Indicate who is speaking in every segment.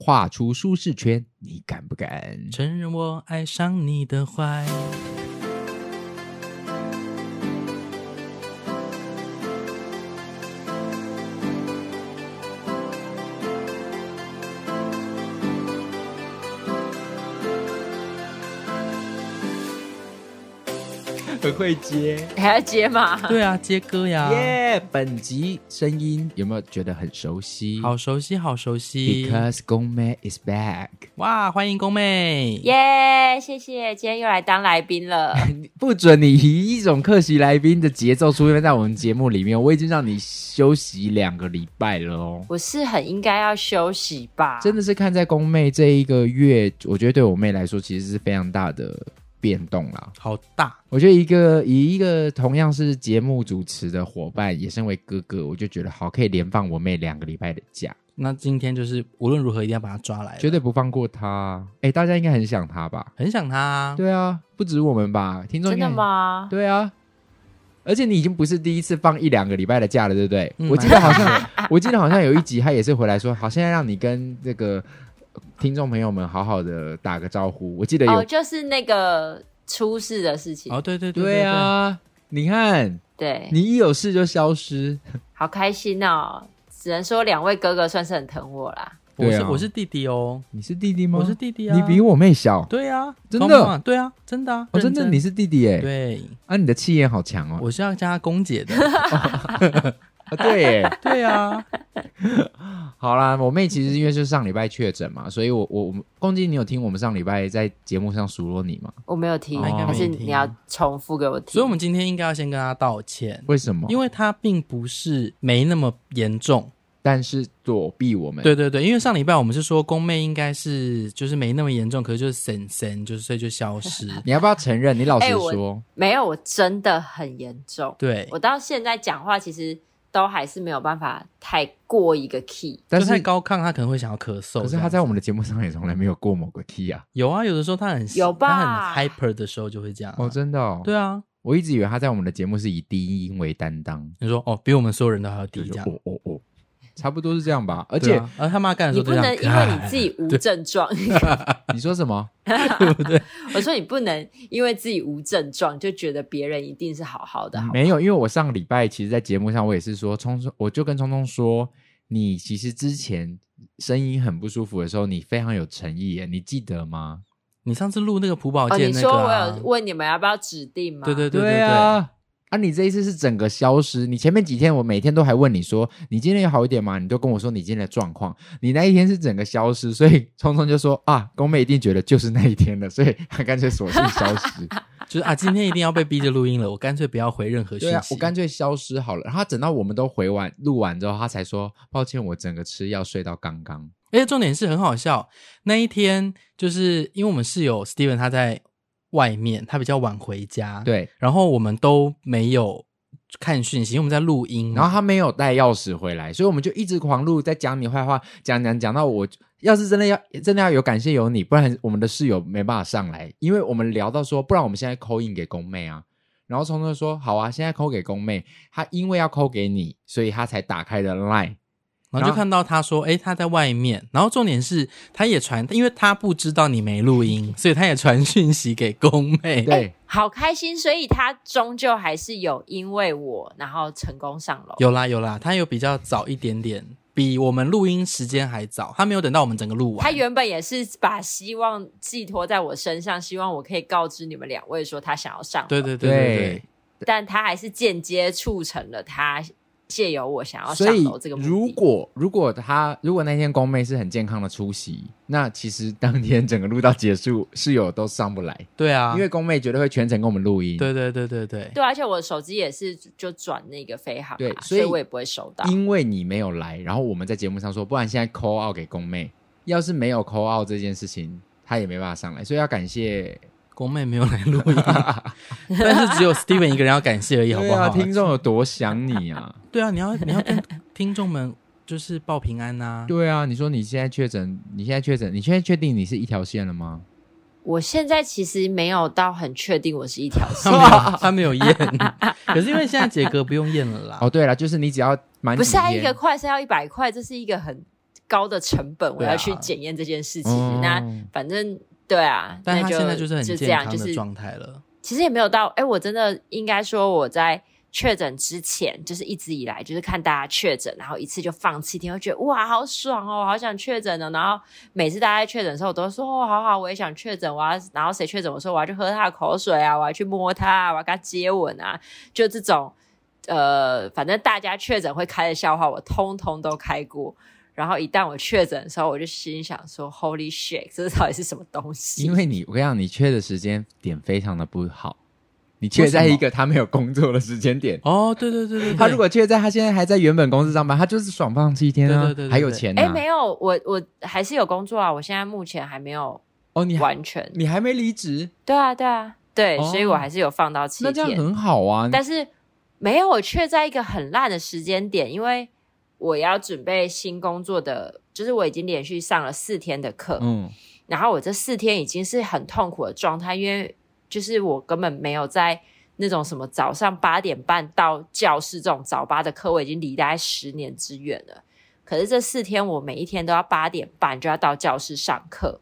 Speaker 1: 画出舒适圈，你敢不敢？
Speaker 2: 承认我爱上你的坏。
Speaker 1: 很会接。
Speaker 3: 还要接嘛？
Speaker 2: 对啊，接歌呀，
Speaker 1: 耶、本集声音有没有觉得很熟悉？
Speaker 2: 好熟悉，好熟悉。
Speaker 1: ，Because 公妹 is back。
Speaker 2: 哇，欢迎宫妹。
Speaker 3: 耶、谢谢，今天又来当来宾了。
Speaker 1: 不准你以一种客席来宾的节奏出现在我们节目里面，我已经让你休息两个礼拜了哦。
Speaker 3: 我是很应该要休息吧？
Speaker 1: 真的是看在宫妹这一个月，我觉得对我妹来说其实是非常大的变动啦。
Speaker 2: 好大，
Speaker 1: 我觉得一个以一个同样是节目主持的伙伴，也身为哥哥，我就觉得好可以连放我妹两个礼拜的假，
Speaker 2: 那今天就是无论如何一定要把他抓来了，
Speaker 1: 绝对不放过她。哎，大家应该很想她吧？
Speaker 2: 很想他、啊。
Speaker 1: 对啊，不止我们吧？听众
Speaker 3: 真
Speaker 1: 应该
Speaker 3: 的
Speaker 1: 很？
Speaker 3: 吗？
Speaker 1: 对啊，而且你已经不是第一次放一两个礼拜的假了，对不对？
Speaker 2: 嗯
Speaker 1: 我记得好像， 我记得好像有一集他也是回来说，好，现在让你跟这个呃听众朋友们好好的打个招呼。我记得有，
Speaker 3: 哦，就是那个出事的事情。
Speaker 2: 哦，对对
Speaker 1: 对啊，你看
Speaker 3: 对，
Speaker 1: 你一有事就消失，
Speaker 3: 好开心哦！只能说两位哥哥算是很疼我啦。
Speaker 2: 对对，我
Speaker 1: 对
Speaker 2: 是、
Speaker 1: 啊
Speaker 2: 我是弟弟哦，
Speaker 1: 你是弟弟吗？
Speaker 2: 我是弟弟啊，
Speaker 1: 你比我妹小，
Speaker 2: 对啊，
Speaker 1: 真的
Speaker 2: 公公啊对啊，真的啊，
Speaker 1: 哦，真的
Speaker 2: 认
Speaker 1: 你是弟弟耶，
Speaker 2: 对，
Speaker 1: 啊，你的气焰好强哦，
Speaker 2: 我是要加公姐的，
Speaker 1: 啊，对耶。
Speaker 2: 对啊，
Speaker 1: 好啦，我妹其实因为是上礼拜确诊嘛，所以我我我们公鸡，你有听我们上礼拜在节目上数落你吗？
Speaker 3: 我没有听，
Speaker 1: 哦应该没
Speaker 3: 但是
Speaker 2: 听
Speaker 3: 你要重复给我听。
Speaker 2: 所以我们今天应该要先跟他道歉，
Speaker 1: 为什么？
Speaker 2: 因为他并不是没那么严重，
Speaker 1: 但是躲避我们。
Speaker 2: 对对对，因为上礼拜我们是说宫妹应该是就是没那么严重，可是就是神神就是所以就 消失，
Speaker 1: 你要不要承认？你老实
Speaker 3: 哎我
Speaker 1: 说，
Speaker 3: 没有，我真的很严重。
Speaker 2: 对
Speaker 3: 我，到现在讲话其实都还是没有办法太过一个 key。
Speaker 1: 但
Speaker 2: 就是太高亢他可能会想要咳嗽，
Speaker 1: 可是
Speaker 2: 这
Speaker 1: 他
Speaker 2: 样
Speaker 1: 在我们的节目上也从来没有过某个 key 啊。
Speaker 2: 有啊，有的时候他很
Speaker 3: 有吧
Speaker 2: 他很 hyper 的时候就会这样、
Speaker 1: 哦，真的哦。
Speaker 2: 对啊，
Speaker 1: 我一直以为他在我们的节目是以低音为担当，
Speaker 2: 你说哦，比我们所有人都还要低
Speaker 1: 就是
Speaker 2: 这样，
Speaker 1: 哦哦哦，差不多是这样吧。而
Speaker 2: 对
Speaker 1: 且
Speaker 2: 啊而他妈干的时
Speaker 3: 你
Speaker 2: 候
Speaker 3: 不
Speaker 2: 就哎这
Speaker 3: 能
Speaker 2: 样，
Speaker 3: 因为你自己无 症状，
Speaker 1: 你说什么？
Speaker 3: 我说你不能因为自己无症状就觉得别人一定是好好的，好
Speaker 1: 嗯没有，因为我上礼拜其实，在节目上我也是说，聪聪，我就跟聪聪说，你其实之前声音很不舒服的时候，你非常有诚意耶，你记得吗？
Speaker 2: 你上次录那个朴宝
Speaker 3: 哦，
Speaker 2: 剑
Speaker 3: 你
Speaker 2: 那个、
Speaker 3: 说我
Speaker 2: 啊
Speaker 3: 有问你们要不要指定吗？
Speaker 2: 对对对
Speaker 1: 啊，啊，你这一次是整个消失。你前面几天我每天都还问你说你今天有好一点吗？你都跟我说你今天的状况。你那一天是整个消失，所以聪聪就说啊，宫妹一定觉得就是那一天了，所以他干脆索性消失。
Speaker 2: 就是啊，今天一定要被逼着录音了，我干脆不要回任何讯
Speaker 1: 对
Speaker 2: 息。
Speaker 1: 啊， 我干脆消失好了。然后他等到我们都回完录完之后，他才说抱歉，我整个吃药睡到刚刚。
Speaker 2: 而且重点是很好笑，那一天就是因为我们室友 Steven 他在外面，他比较晚回
Speaker 3: 啊
Speaker 2: 家，，
Speaker 1: 对，
Speaker 2: 然后我们都没有看讯息，因为我们在录
Speaker 3: 嗯
Speaker 2: 音嘛，
Speaker 1: 然后他没有带钥匙回来，所以我们就一直狂录，在讲你坏话，讲讲讲到我。要是真的要真的要有感谢有你，不然我们的室友没办法上来，因为我们聊到说，不然我们现在扣印给宫妹啊。然后聪聪说好啊，现在扣给宫妹，他因为要扣给你，所以他才打开的 line。
Speaker 2: 然后
Speaker 1: 然
Speaker 2: 就
Speaker 1: 后
Speaker 2: 看到他说：“诶，他在外面。”然后重点是，他也传，因为他不知道你没录音，所以他也传讯息给宫妹。
Speaker 3: 哎
Speaker 1: 对，
Speaker 3: 好开心，所以他终究还是有因为我然后成功上楼。
Speaker 2: 有啦有啦，他有比较早一点点，比我们录音时间还早，他没有等到我们整个录完。
Speaker 3: 他原本也是把希望寄托在我身上，希望我可以告知你们两位说他想要上楼，
Speaker 2: 对对对对
Speaker 1: 对
Speaker 2: 对，
Speaker 3: 但他还是间接促成了他借由我想要
Speaker 1: 所
Speaker 3: 上
Speaker 1: 以
Speaker 3: 楼这个目的。
Speaker 1: 如果如果他如果那天宫妹是很健康的出席，那其实当天整个录到结束，室友都上不来，
Speaker 2: 对啊，
Speaker 1: 因为宫妹绝对会全程跟我们录音。
Speaker 2: 对对对对对，
Speaker 3: 对，而且我的手机也是就转那个飞行、啊，
Speaker 1: 对
Speaker 3: 所
Speaker 1: 所以
Speaker 3: 我也不会收到。
Speaker 1: 因为你没有来，然后我们在节目上说，不然现在 call out 给宫妹，要是没有扣 out 这件事情，他也没办法上来，所以要感谢，
Speaker 2: 宫妹没有来录音，但是只有 Steven 一个人要感谢而已，好
Speaker 1: 对
Speaker 2: 不好？
Speaker 1: 啊，听众有多想你 啊！
Speaker 2: 对啊，你要你要跟听众们就是报平安呐、
Speaker 1: 对啊，你说你现在确诊，你现在确诊，你现在确定你是一条线了吗？
Speaker 3: 我现在其实没有到很确定我是一条
Speaker 2: 他
Speaker 3: 线，
Speaker 2: 没有，他没有验， 可是因为现在杰哥不用验了啦。
Speaker 1: 哦，对了，就是你只要满
Speaker 3: 啊不
Speaker 1: 几
Speaker 3: 是啊，
Speaker 1: 天
Speaker 3: 一个快筛要一百块，这是一个很高的成本，我
Speaker 2: 对啊嗯
Speaker 3: 要去检验这件事情。
Speaker 1: 哦
Speaker 3: 那反正对啊，
Speaker 2: 但他
Speaker 3: 那就
Speaker 2: 现在就是很
Speaker 3: 就这
Speaker 2: 健
Speaker 3: 样，
Speaker 2: 康
Speaker 3: 就
Speaker 2: 的
Speaker 3: 是
Speaker 2: 状态了。
Speaker 3: 其实也没有到，哎，我真的应该说我在确诊之前，就是一直以来就是看大家确诊，然后一次就放弃听，会觉得哇好爽哦，好想确诊哦。然后每次大家在确诊的时候，我都说哦好好，我也想确诊，我要然后谁确诊，我说我要去喝他的口水啊，我要去摸他啊，我要跟他接吻啊，就这种呃，反正大家确诊会开的笑话，我通通都开过。然后一旦我确诊的时候，我就心想说：“Holy shit，这到底是什么东西？”
Speaker 1: 因为你，我跟你讲，你缺的时间点非常的不好，你缺在一个他没有工作的时间点。
Speaker 2: 哦，对对对对对，
Speaker 1: 他如果缺在他现在还在原本公司上班，他就是爽放七天啊，
Speaker 2: 对对对对对
Speaker 1: 还有钱呢、
Speaker 3: 哎、没有，我我还是有工作啊，我现在目前还没有
Speaker 1: 哦，你还
Speaker 3: 完全。
Speaker 1: 你还没离职，
Speaker 3: 对啊，对啊，对，
Speaker 1: 哦
Speaker 3: 所以我还是有放到七
Speaker 1: 那这样
Speaker 3: 天，
Speaker 1: 很好啊。
Speaker 3: 但是没有，我却在一个很烂的时间点，因为我要准备新工作的，就是我已经连续上了四天的课，
Speaker 1: 嗯，
Speaker 3: 然后我这四天已经是很痛苦的状态，因为就是我根本没有在那种什么早上八点半到教室这种早八的课，我已经离大概十年之远了。可是这四天我每一天都要八点半就要到教室上课，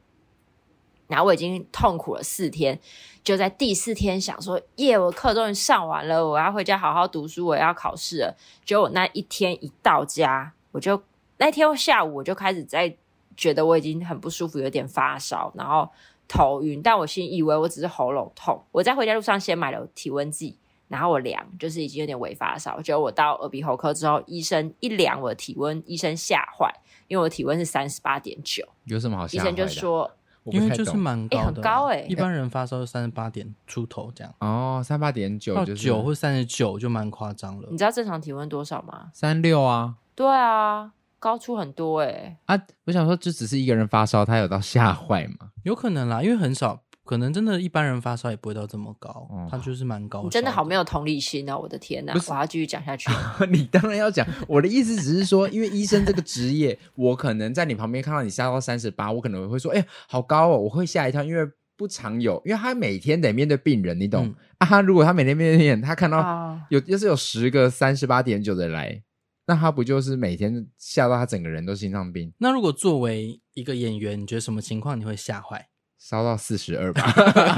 Speaker 3: 然后我已经痛苦了四天，就在第四天想说，耶，我课终于上完了，我要回家好好读书，我要考试了。结果我那一天一到家，我就那天下午我就开始在觉得我已经很不舒服，有点发烧，然后头晕，但我心以为我只是喉咙痛。我在回家路上先买了体温计，然后我量，就是已经有点微发烧。结果我到耳鼻喉科之后，医生一量我的体温，医生吓坏，因为我体温是三十八点九，
Speaker 1: 有什么好吓
Speaker 3: 医
Speaker 1: 坏
Speaker 3: 生
Speaker 1: 的啊？
Speaker 3: 就说
Speaker 1: 我不
Speaker 2: 因为
Speaker 1: 太
Speaker 2: 就是
Speaker 1: 懂
Speaker 2: 蛮高的啦，
Speaker 3: 哎很高哎
Speaker 2: 一般人发烧三十八点出头这样，
Speaker 1: 哦，三八点九
Speaker 2: 到
Speaker 1: 就是
Speaker 2: 九或三十九就蛮夸张了
Speaker 3: 你。知道正常体温多少吗？
Speaker 1: 三六啊
Speaker 3: 对啊，高出很多哎、
Speaker 1: 啊！我想说，就只是一个人发烧，他有到吓坏嘛？
Speaker 2: 有可能啦，因为很少，可能真的一般人发烧也不会到这么高，
Speaker 1: 哦
Speaker 2: 他就是蛮高烧。
Speaker 3: 你真的好没有同理心哦！我的天哪，
Speaker 1: 不是
Speaker 3: 我要继续讲下去。
Speaker 1: 你当然要讲，我的意思只是说，因为医生这个职业， 我可能在你旁边看到你吓到三十八，我可能会说，哎、好高哦，我会吓一跳，因为不常有，因为他每天得面对病人，你懂、
Speaker 2: 嗯
Speaker 1: 啊？他如果他每天面对病人，他看到
Speaker 3: 啊
Speaker 1: 有要是有十个三十八点九的来，那他不就是每天吓到他整个人都心脏病，
Speaker 2: 那如果作为一个演员，你觉得什么情况你会吓坏？
Speaker 1: 烧到四十二吧？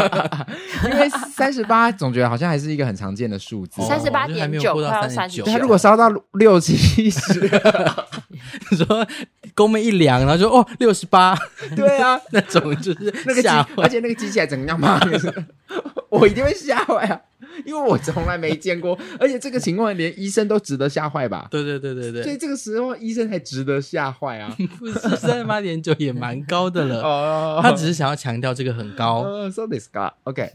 Speaker 1: 因为三十八总觉得好像还是一个很常见的数字。啊
Speaker 2: 哦
Speaker 3: 38.9
Speaker 2: 就还没有过到
Speaker 3: 快要
Speaker 2: 39
Speaker 3: 39
Speaker 1: 他如果烧到六七十，
Speaker 2: 你说宫妹一量，然后就哦六十八
Speaker 1: 对啊，
Speaker 2: 那种，就是
Speaker 1: 那个机
Speaker 2: 吓，坏
Speaker 1: 而。且那个机器还整个样嘛， 我一定会吓坏啊！因为我从来没见过，而且这个情况连医生都值得吓坏吧？
Speaker 2: 对对对对对，
Speaker 1: 所以这个时候医生才值得吓坏啊！
Speaker 2: 不是三十八点九也蛮高的 了。
Speaker 1: 哦
Speaker 2: 他只是想要强调这个很
Speaker 3: 哦
Speaker 2: 高，
Speaker 1: 呃，so this guy，OK，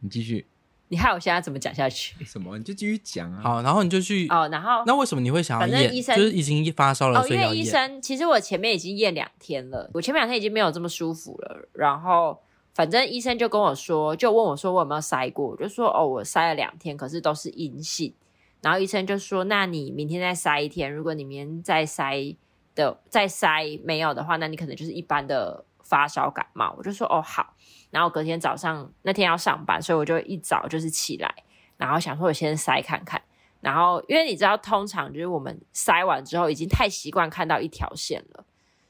Speaker 1: 你继续
Speaker 3: 你害我现在怎么讲下去？
Speaker 1: 什么？你就继续讲啊！
Speaker 2: 好，然后你就去。
Speaker 3: 哦，然后
Speaker 2: 那为什么你会想要
Speaker 3: 反正
Speaker 2: 验？
Speaker 3: 医生
Speaker 2: 就是已经发烧了，
Speaker 3: 哦，
Speaker 2: 所
Speaker 3: 因
Speaker 2: 以要
Speaker 3: 为医
Speaker 2: 验。
Speaker 3: 生，其实我前面已经验两天了，我前面两天已经没有这么舒服了。然后反正医生就跟我说，就问我说我有没有塞过，我就说哦，我塞了两天，可是都是阴性。然后医生就说，那你明天再塞一天，如果你明天再塞的再塞没有的话，那你可能就是一般的发烧感冒。我就说哦好，然后隔天早上那天要上班，所以我就一早就是起来，然后想说我先塞看看。然后，因为你知道，通常就是我们筛完之后已经太习惯看到一条线了，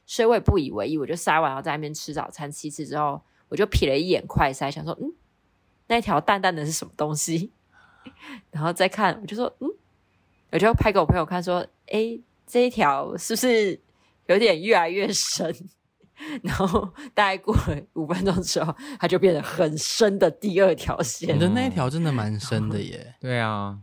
Speaker 3: 所以我也不以为意，我就筛完，然后在那边吃早餐，吃一次之后，我就瞥了一眼快筛，想说，嗯，那条淡淡的是什么东西？ 然后再看，我就说，嗯，我就拍给我朋友看，说，诶，这一条是不是有点越来越深？ 然后大概过了五分钟之后，它就变得很深的第二条线
Speaker 2: 你。的那一条真的蛮深的耶，
Speaker 1: 对啊，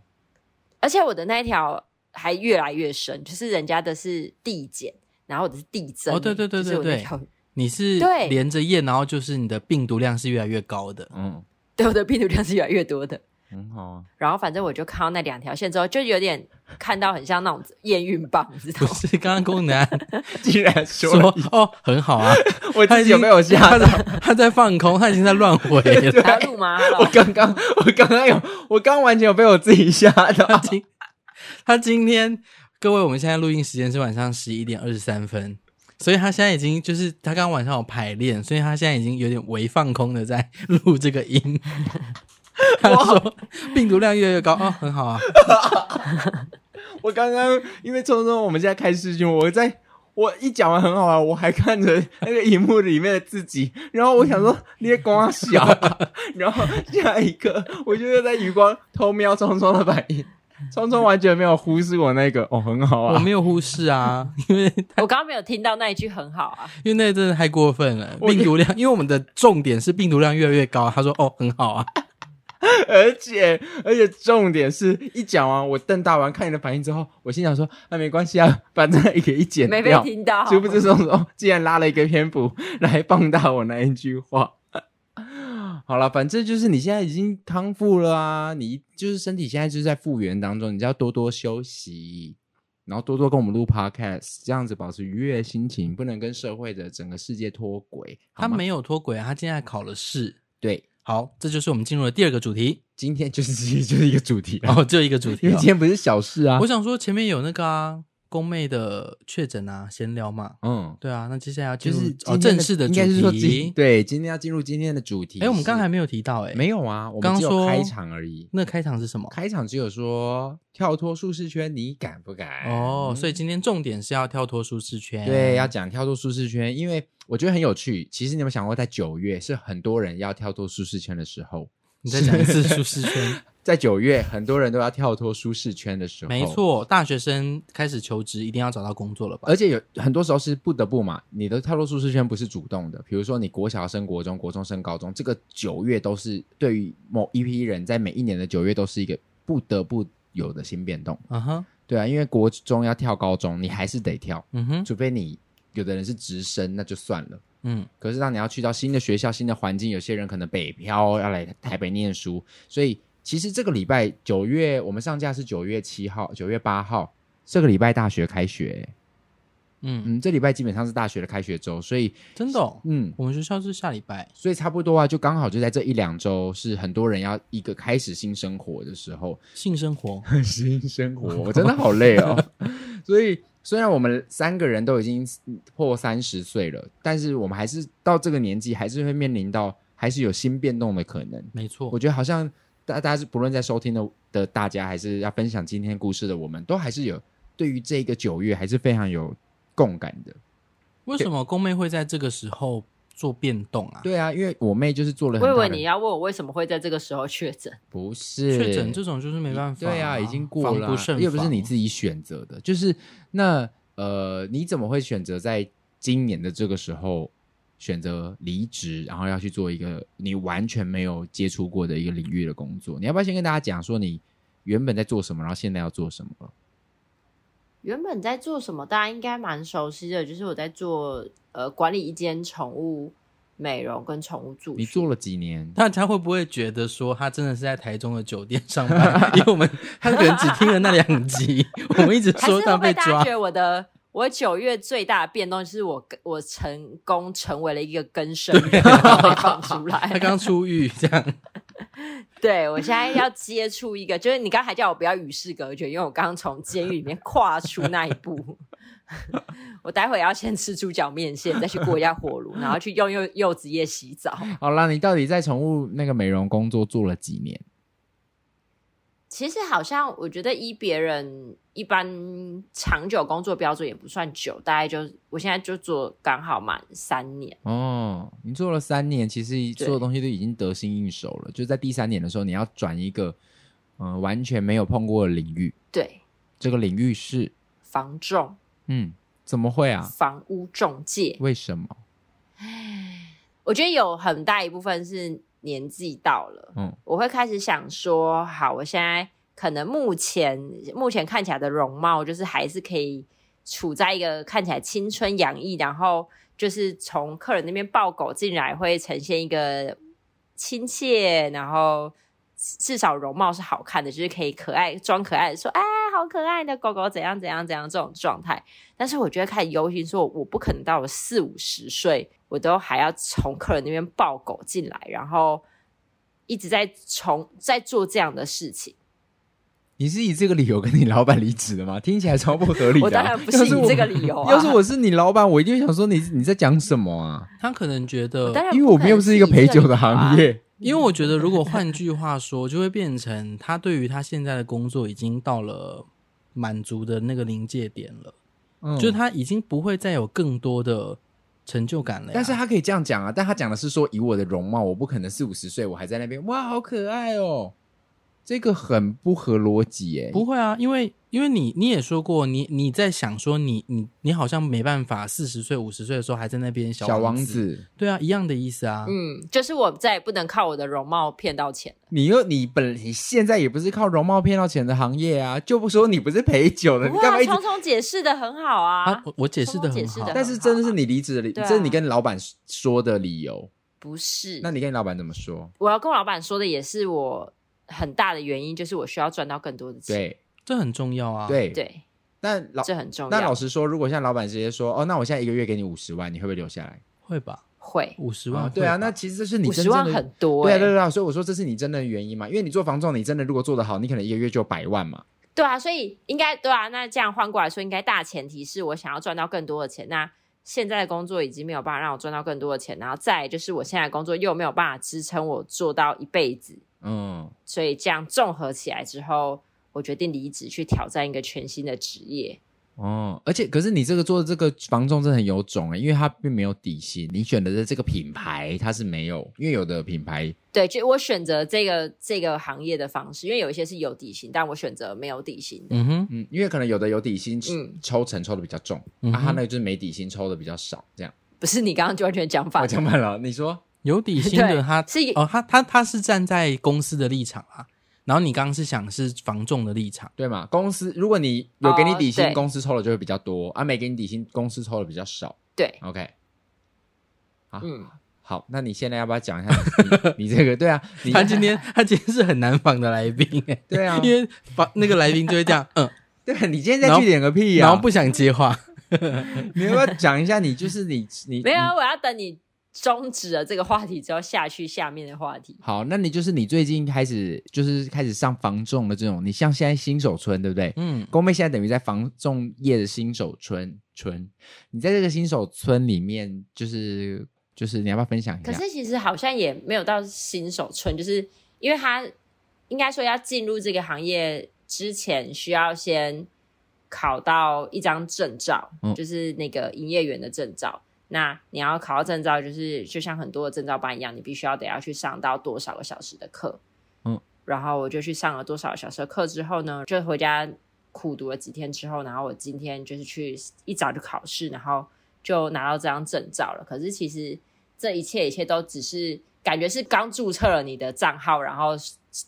Speaker 3: 而且我的那一条还越来越深，就是人家的是递减，然后我的是递增。
Speaker 2: 哦对对对对
Speaker 3: 就是我那
Speaker 2: 对
Speaker 3: 条
Speaker 2: 你是
Speaker 3: 对
Speaker 2: 连着验，然后就是你的病毒量是越来越高的。
Speaker 1: 嗯，
Speaker 3: 对我的病毒量是越来越多的。
Speaker 1: 很好啊。
Speaker 3: 然后反正我就看到那两条线之后，就有点看到很像那种验孕棒，你知道
Speaker 2: 不
Speaker 3: 吗？
Speaker 2: 是刚刚宫南
Speaker 1: 既然说
Speaker 2: 说哦很好啊，
Speaker 1: 我
Speaker 2: 他
Speaker 1: 自
Speaker 2: 已
Speaker 1: 己
Speaker 2: 经
Speaker 1: 有没有吓
Speaker 2: 他
Speaker 1: 到？
Speaker 2: 在他在放空，他已经在乱 回了。
Speaker 3: 还要录吗？
Speaker 1: 我刚刚我刚刚有我刚完全有被我自己吓
Speaker 2: 他
Speaker 1: 到。
Speaker 2: 今他今天各位，我们现在录音时间是晚上十一点二十三分，所以他现在已经就是他刚刚晚上有排练，所以他现在已经有点微放空的在录这 个音。他说病毒量越来越高哦，很好啊，
Speaker 1: 我刚刚因为匆匆我们现在开视讯，我在我一讲完很好啊玩，我还看着那个荧幕里面的自己，然后我想说你在光小、啊 然后下一刻我就是在余光偷瞄匆匆的反应，匆匆完全没有忽视我那个哦，很好
Speaker 2: 我
Speaker 1: 啊。
Speaker 2: 没有忽视啊，因为
Speaker 3: 我刚刚没有听到那一句很好啊，
Speaker 2: 因为那真的太过分了，
Speaker 1: 我
Speaker 2: 病毒量，因为我们的重点是病毒量越来越高。他说哦，很好啊，
Speaker 1: 而且而且重点是一讲完，我瞪大完看你的反应之后，我心想说那、没关系啊，反正也可以剪
Speaker 3: 没被
Speaker 1: 掉。
Speaker 3: 听到。
Speaker 1: 殊不知松松竟然拉了一个篇幅来放大我那一句话。 好了，反正就是你现在已经康复了啊，你就是身体现在就是在复原当中，你就要多多休息，然后多多跟我们录 podcast，这样子保持愉悦的心情，不能跟社会的整个世界脱轨。好
Speaker 2: 他
Speaker 1: 吗
Speaker 2: 没有脱轨啊，他今天还考了试。
Speaker 1: 对，
Speaker 2: 好，这就是我们进入了第二个主题。
Speaker 1: 今天就是 其实就是一个主题啊，
Speaker 2: 哦，只有一个主题、
Speaker 1: 因为
Speaker 2: 哦
Speaker 1: 今。天不是小事啊
Speaker 2: 我。想说前面有那个啊，宫妹的确诊啊，闲聊嘛。
Speaker 1: 嗯，
Speaker 2: 对啊，那接下来要进
Speaker 1: 就
Speaker 2: 入
Speaker 1: 是
Speaker 2: 哦
Speaker 1: 今天
Speaker 2: 正式的主
Speaker 1: 应该是说
Speaker 2: 题
Speaker 1: 今。对，今天要进入今天的主题是。
Speaker 2: 哎，我们刚才还没有提到哎，
Speaker 1: 没有啊，我
Speaker 2: 刚
Speaker 1: 们只有
Speaker 2: 说
Speaker 1: 开场而已。
Speaker 2: 那开场是什么？
Speaker 1: 开场只有说跳脱舒适圈，你敢不敢？
Speaker 2: 哦，所以今天重点是要跳脱舒适圈。
Speaker 1: 对，要讲跳脱舒适圈，因为我觉得很有趣。其实你有没有想过，在九月是很多人要跳脱舒适圈的时候，
Speaker 2: 你再讲一次舒适 圈。
Speaker 1: 在九月很多人都要跳脱舒适圈的时候，
Speaker 2: 没。错，大学生开始求职，一定要找到工作了吧？
Speaker 1: 而且有很多时候是不得不嘛，你的跳脱舒适圈不是主动的，比如说你国小升国中，国中升高中，这个九月都是对于某一批人在每一年的九月都是一个不得不有的新变动。
Speaker 2: 嗯哼，
Speaker 1: 对啊，因为国中要跳高中，你还是得跳。
Speaker 2: 嗯哼，
Speaker 1: 除非你有的人是直升，那就算了。
Speaker 2: 嗯，
Speaker 1: 可是当你要去到新的学校、新的环境，有些人可能北漂要来台北念书，所以其实这个礼拜九月我们上架是九月七号、九月八号，这个礼拜大学开学，
Speaker 2: 嗯，
Speaker 1: 嗯，这礼拜基本上是大学的开学周，所以
Speaker 2: 真的、哦，
Speaker 1: 嗯，
Speaker 2: 我们学校是下礼拜，
Speaker 1: 所以差不多啊，就刚好就在这一两周是很多人要一个开始新生活的时候，
Speaker 2: 性生活
Speaker 1: 新生活，我真的好累 哦。所以虽然我们三个人都已经破三十岁了，但是我们还是到这个年纪，还是会面临到还是有新变动的可能。
Speaker 2: 没错
Speaker 1: 我，觉得好像大大家是不论在收听的的大家，还是要分享今天故事的我们，都还是有对于这个九月还是非常有共感的。
Speaker 2: 为什么宫妹会在这个时候做变动啊？，
Speaker 1: 对啊，因为我妹就是做了很
Speaker 3: 我以
Speaker 1: 大的，
Speaker 3: 为你要问我为什么会在这个时候确诊，
Speaker 1: 不是
Speaker 2: 确诊这种就是没办法、
Speaker 1: 对啊，已经过了啊、
Speaker 2: 防不胜防，
Speaker 1: 又不是你自己选择的。就是那呃，你怎么会选择在今年的这个时候选择离职，然后要去做一个你完全没有接触过的一个领域的工作？你要不要先跟大家讲说你原本在做什么，然后现在要做什么了？
Speaker 3: 原本在做什么，大家应该蛮熟悉的，就是我在做呃管理一间宠物美容跟宠物住宿。
Speaker 1: 你做了几年？
Speaker 2: 大家会不会觉得说他真的是在台中的酒店上 班？因为我们他可能只听了那两集，我们一直
Speaker 3: 还是
Speaker 2: 说
Speaker 3: 会不
Speaker 2: 他
Speaker 3: 会
Speaker 2: 被
Speaker 3: 大家
Speaker 2: 抓
Speaker 3: 觉。得我的我九月最大的变动就是我跟我成功成为了一个更生人，然后被放出来。
Speaker 2: 他刚出狱，这样
Speaker 3: 对我现在要接触一个，就是你刚才叫我不要与世隔绝，因为我刚刚从监狱里面跨出那一步。 我待会要先吃猪脚面线，再去过一下火炉，然后去用柚柚子叶洗澡。
Speaker 1: 好啦，你到底在宠物那个美容工作做了几年？
Speaker 3: 其实好像我觉得依别人一般长久工作标准也不算久，大概就我现在就做刚好满三年。
Speaker 1: 哦，你做了三年，其实
Speaker 3: 对
Speaker 1: 做的东西都已经得心应手了。就在第三年的时候，你要转一个嗯、呃完全没有碰过的领域，
Speaker 3: 对，
Speaker 1: 这个领域是，
Speaker 3: 房仲、
Speaker 1: 嗯，怎么会啊？
Speaker 3: 房屋中介，
Speaker 1: 为什么？
Speaker 3: 我觉得有很大一部分是年纪到了，
Speaker 1: 嗯
Speaker 3: 我会开始想说，好，我现在可能目前目前看起来的容貌，就是还是可以处在一个看起来青春洋溢，然后就是从客人那边抱狗进来，会呈现一个亲切，然后至少容貌是好看的，就是可以可爱装可爱，说哎好可爱的狗狗怎样怎样怎样这种状态。但是我觉得开始忧心说，我不可能到了四五十岁，我都还要从客人那边抱狗进来，然后一直在从在做这样的事情。
Speaker 1: 你是以这个理由跟你老板离职的吗？听起来超不合理的啊、
Speaker 3: 我当然不是 以
Speaker 1: 要我
Speaker 3: 这个理由 啊
Speaker 1: 要是我是你老板，我一定会想说你你在讲什么啊？
Speaker 2: 他可能觉得，
Speaker 3: 当然不
Speaker 1: 因为我
Speaker 3: 可能
Speaker 1: 们又不是一个陪酒的行
Speaker 3: 是以这个理由啊，
Speaker 1: 业。
Speaker 2: 因为我觉得，如
Speaker 1: 嗯
Speaker 2: 果换句话说，就会变成他对于他现在的工作已经到了满足的那个临界点了，
Speaker 1: 嗯
Speaker 2: 就是他已经不会再有更多的成就感了呀。
Speaker 1: 但是他可以这样讲啊，但他讲的是说，以我的容貌，我不可能四五十岁我还在那边哇，好可爱哦，这个很不合逻辑耶。
Speaker 2: 不会啊，因为因为你你也说过，你你在想说你你你好像没办法，四十岁五十岁的时候还在那边小
Speaker 1: 小王
Speaker 2: 子，
Speaker 1: 子，
Speaker 2: 对啊，一样的意思啊。
Speaker 3: 嗯，就是我再也不能靠我的容貌骗到钱了。
Speaker 1: 你又你本你现在也不是靠容貌骗到钱的行业啊，就不说你不是陪酒呃的，你干嘛
Speaker 3: 哇，
Speaker 1: 一直
Speaker 3: 聪聪解释的很好啊
Speaker 2: 啊，，我我解释的
Speaker 3: 解
Speaker 2: 很
Speaker 3: 释
Speaker 2: 好
Speaker 3: 得，
Speaker 1: 但是真的是你离职的理，
Speaker 3: 对啊嗯
Speaker 1: 这是你跟老板说的理由。
Speaker 3: 不是？
Speaker 1: 那你跟你老板怎么说？
Speaker 3: 我要跟我老板说的也是我很大的原因，就是我需要赚到更多的钱。
Speaker 1: 对
Speaker 2: 这很重要啊。，
Speaker 1: 对，
Speaker 3: 对，
Speaker 1: 但老
Speaker 3: 这很重要。
Speaker 1: 那老实说，如果像老板直接说哦，那我现在一个月给你五十万，你会不会留下来？
Speaker 2: 会吧？
Speaker 3: 会
Speaker 2: 五十
Speaker 1: 哦
Speaker 2: 万、
Speaker 1: 对啊，那其实这是你
Speaker 3: 五
Speaker 1: 真
Speaker 3: 十
Speaker 1: 正
Speaker 3: 万
Speaker 1: 的
Speaker 3: 很多、
Speaker 1: 对
Speaker 3: 欸，
Speaker 1: 啊，对啊对啊，所以我说这是你真正的原因嘛，因为你做房仲，你真的如果做得好，你可能一个月就百万嘛。
Speaker 3: 对啊，所以应该对啊。那这样换过来说，应该大前提是我想要赚到更多的钱。那现在的工作已经没有办法让我赚到更多的钱，然后再来就是我现在的工作又没有办法支撑我做到一辈子，
Speaker 1: 嗯，
Speaker 3: 所以这样综合起来之后，我决定离职去挑战一个全新的职业。
Speaker 1: 哦，而且可是你这个做的这个房仲真的很有种哎、因为它并没有底薪，你选的这个品牌它是没有，因为有的品牌
Speaker 3: 对，就我选择这个这个行业的方式，因为有一些是有底薪，但我选择没有底薪的。
Speaker 2: 嗯哼，
Speaker 1: 嗯，因为可能有的有底薪，
Speaker 3: 嗯
Speaker 1: 抽成抽的比较重，
Speaker 2: 嗯
Speaker 1: 啊，
Speaker 2: 哼
Speaker 1: 他那个就是没底薪抽的比较少，这样。
Speaker 3: 不是你刚刚就完全讲
Speaker 1: 我
Speaker 3: 反
Speaker 1: 讲
Speaker 3: 了，
Speaker 1: 完了，你说
Speaker 2: 有底薪的
Speaker 3: 对
Speaker 2: 他
Speaker 3: 是
Speaker 2: 哦，他他他是站在公司的立场啊，然后你刚刚是想是房仲的立场，
Speaker 1: 对嘛？公司如果你有给你底薪，
Speaker 3: 哦对
Speaker 1: 公司抽的就会比较多，啊，没给你底薪，公司抽的比较少。
Speaker 3: 对，
Speaker 1: OK，好，
Speaker 2: 啊
Speaker 3: 嗯，
Speaker 1: 好，那你现在要不要讲一下你你你这个？对啊， 你
Speaker 2: 他今天他今天是很难访的来宾哎、
Speaker 1: 对啊
Speaker 2: 因为访那个来宾就会这样，嗯，
Speaker 1: 对啊，你今天
Speaker 2: 然
Speaker 1: 在
Speaker 2: 后
Speaker 1: 据点个屁呀、
Speaker 2: 然后不，想 接话，
Speaker 1: 你要不要讲一下你就是 你你
Speaker 3: 没有
Speaker 1: 你
Speaker 3: 啊，我要等你终止了这个话题之后，下去下面的话题。
Speaker 1: 好，那你就是你最近开始就是开始上房仲的这种，你像现在新手村对不对？
Speaker 2: 嗯，
Speaker 1: 公妹现在等于在房仲业的新手村村，你在这个新手村里面，就是就是你要不要分享一
Speaker 3: 可
Speaker 1: 下？
Speaker 3: 是其实好像也没有到新手村，就是因为他应该说要进入这个行业之前，需要先考到一张证照，
Speaker 1: 嗯
Speaker 3: 就是那个营业员的证照。那你要考到证照，就是就像很多的证照班一样，你必须要得要去上到多少个小时的课。
Speaker 1: 嗯，
Speaker 3: 然后我就去上了多少个小时的课之后呢，就回家苦读了几天之后，然后我今天就是去一早就考试，然后就拿到这张证照了。可是其实这一切一切都只是感觉是刚注册了你的账号，然后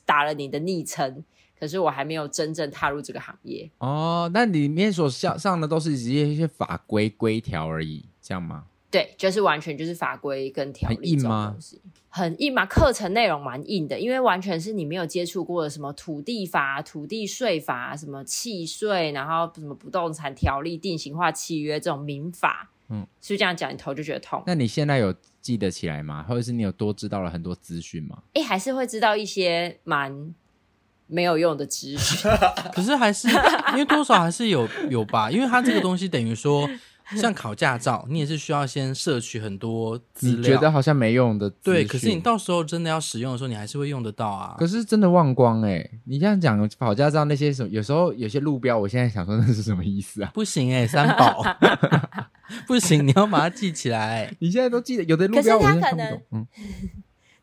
Speaker 3: 打了你的昵称，可是我还没有真正踏入这个行业。
Speaker 1: 哦，那里面所上上的都是直接一些法规规条而已，这样吗？
Speaker 3: 对，就是完全就是法规跟条
Speaker 1: 很
Speaker 3: 例
Speaker 1: 硬
Speaker 3: 这种
Speaker 1: 吗
Speaker 3: 东西，很硬嘛。课程内容蛮硬的，因为完全是你没有接触过的什么土地法、啊土地税法、啊什么契税，然后什么不动产条例、定型化契约这种民法。
Speaker 1: 嗯
Speaker 3: 嗯，是不是这样讲，你头就觉得痛。
Speaker 1: 那你现在有记得起来吗？或者是你有多知道了很多资讯吗？
Speaker 3: 哎，还是会知道一些蛮没有用的知识。
Speaker 2: 可是还是因为多少还是有有吧，因为他这个东西等 于说像考驾照，你也是需要先摄取很多资
Speaker 1: 你
Speaker 2: 料，
Speaker 1: 觉得好像没用的资讯，
Speaker 2: 对，可是你到时候真的要使用的时候，你还是会用得到啊。
Speaker 1: 可是真的忘光哎、你这样讲跑驾照那些什么，有时候有些路标，我现在想说那是什么意思啊？
Speaker 2: 不行哎、三宝 不行，你要把它记 起来。
Speaker 1: 你现在都记得有的路
Speaker 3: 可是
Speaker 1: 标，我
Speaker 3: 他
Speaker 1: 现在看不
Speaker 3: 可能
Speaker 1: 懂。嗯，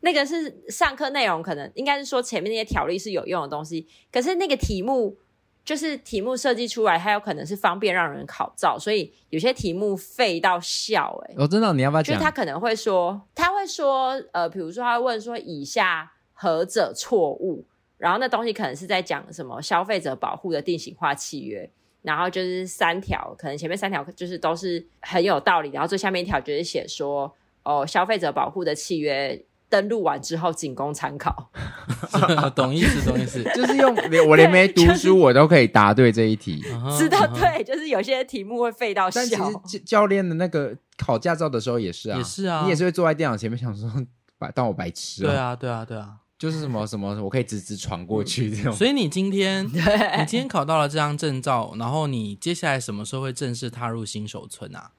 Speaker 3: 那个是上课内容，可能应该是说前面那些条例是有用的东西，可是那个题目就是题目设计出来，它有可能是方便让人考照，所以有些题目废到笑哎、欸，
Speaker 1: 我知哦道你要不要
Speaker 3: 就是
Speaker 1: 讲？
Speaker 3: 他可能会说，他会说，呃，比如说他会问说以下何者错误，然后那东西可能是在讲什么消费者保护的定型化契约。然后就是三条，可能前面三条就是都是很有道理，然后最下面一条就是写说，哦，消费者保护的契约登录完之后仅供参考。
Speaker 2: 懂意思，懂意思。
Speaker 1: 就是用连我连没读
Speaker 3: 对就是
Speaker 1: 书我都可以答对这一 题。
Speaker 3: 知道
Speaker 2: 啊哈，
Speaker 3: 对， 就是有些题目会废到
Speaker 1: 嗯但其实
Speaker 3: 笑。
Speaker 1: 教教练的那个考驾照的时候也是啊，
Speaker 2: 也是啊
Speaker 1: 你也是会坐在电脑前面想说，把当我白痴、
Speaker 2: 对，啊，对啊，对啊。
Speaker 1: 就是什么什么，我可以直直闯过去这种。
Speaker 2: 嗯所以你今天，你今天考到了这张证照，然后你接下来什么时候会正式踏入新手村啊？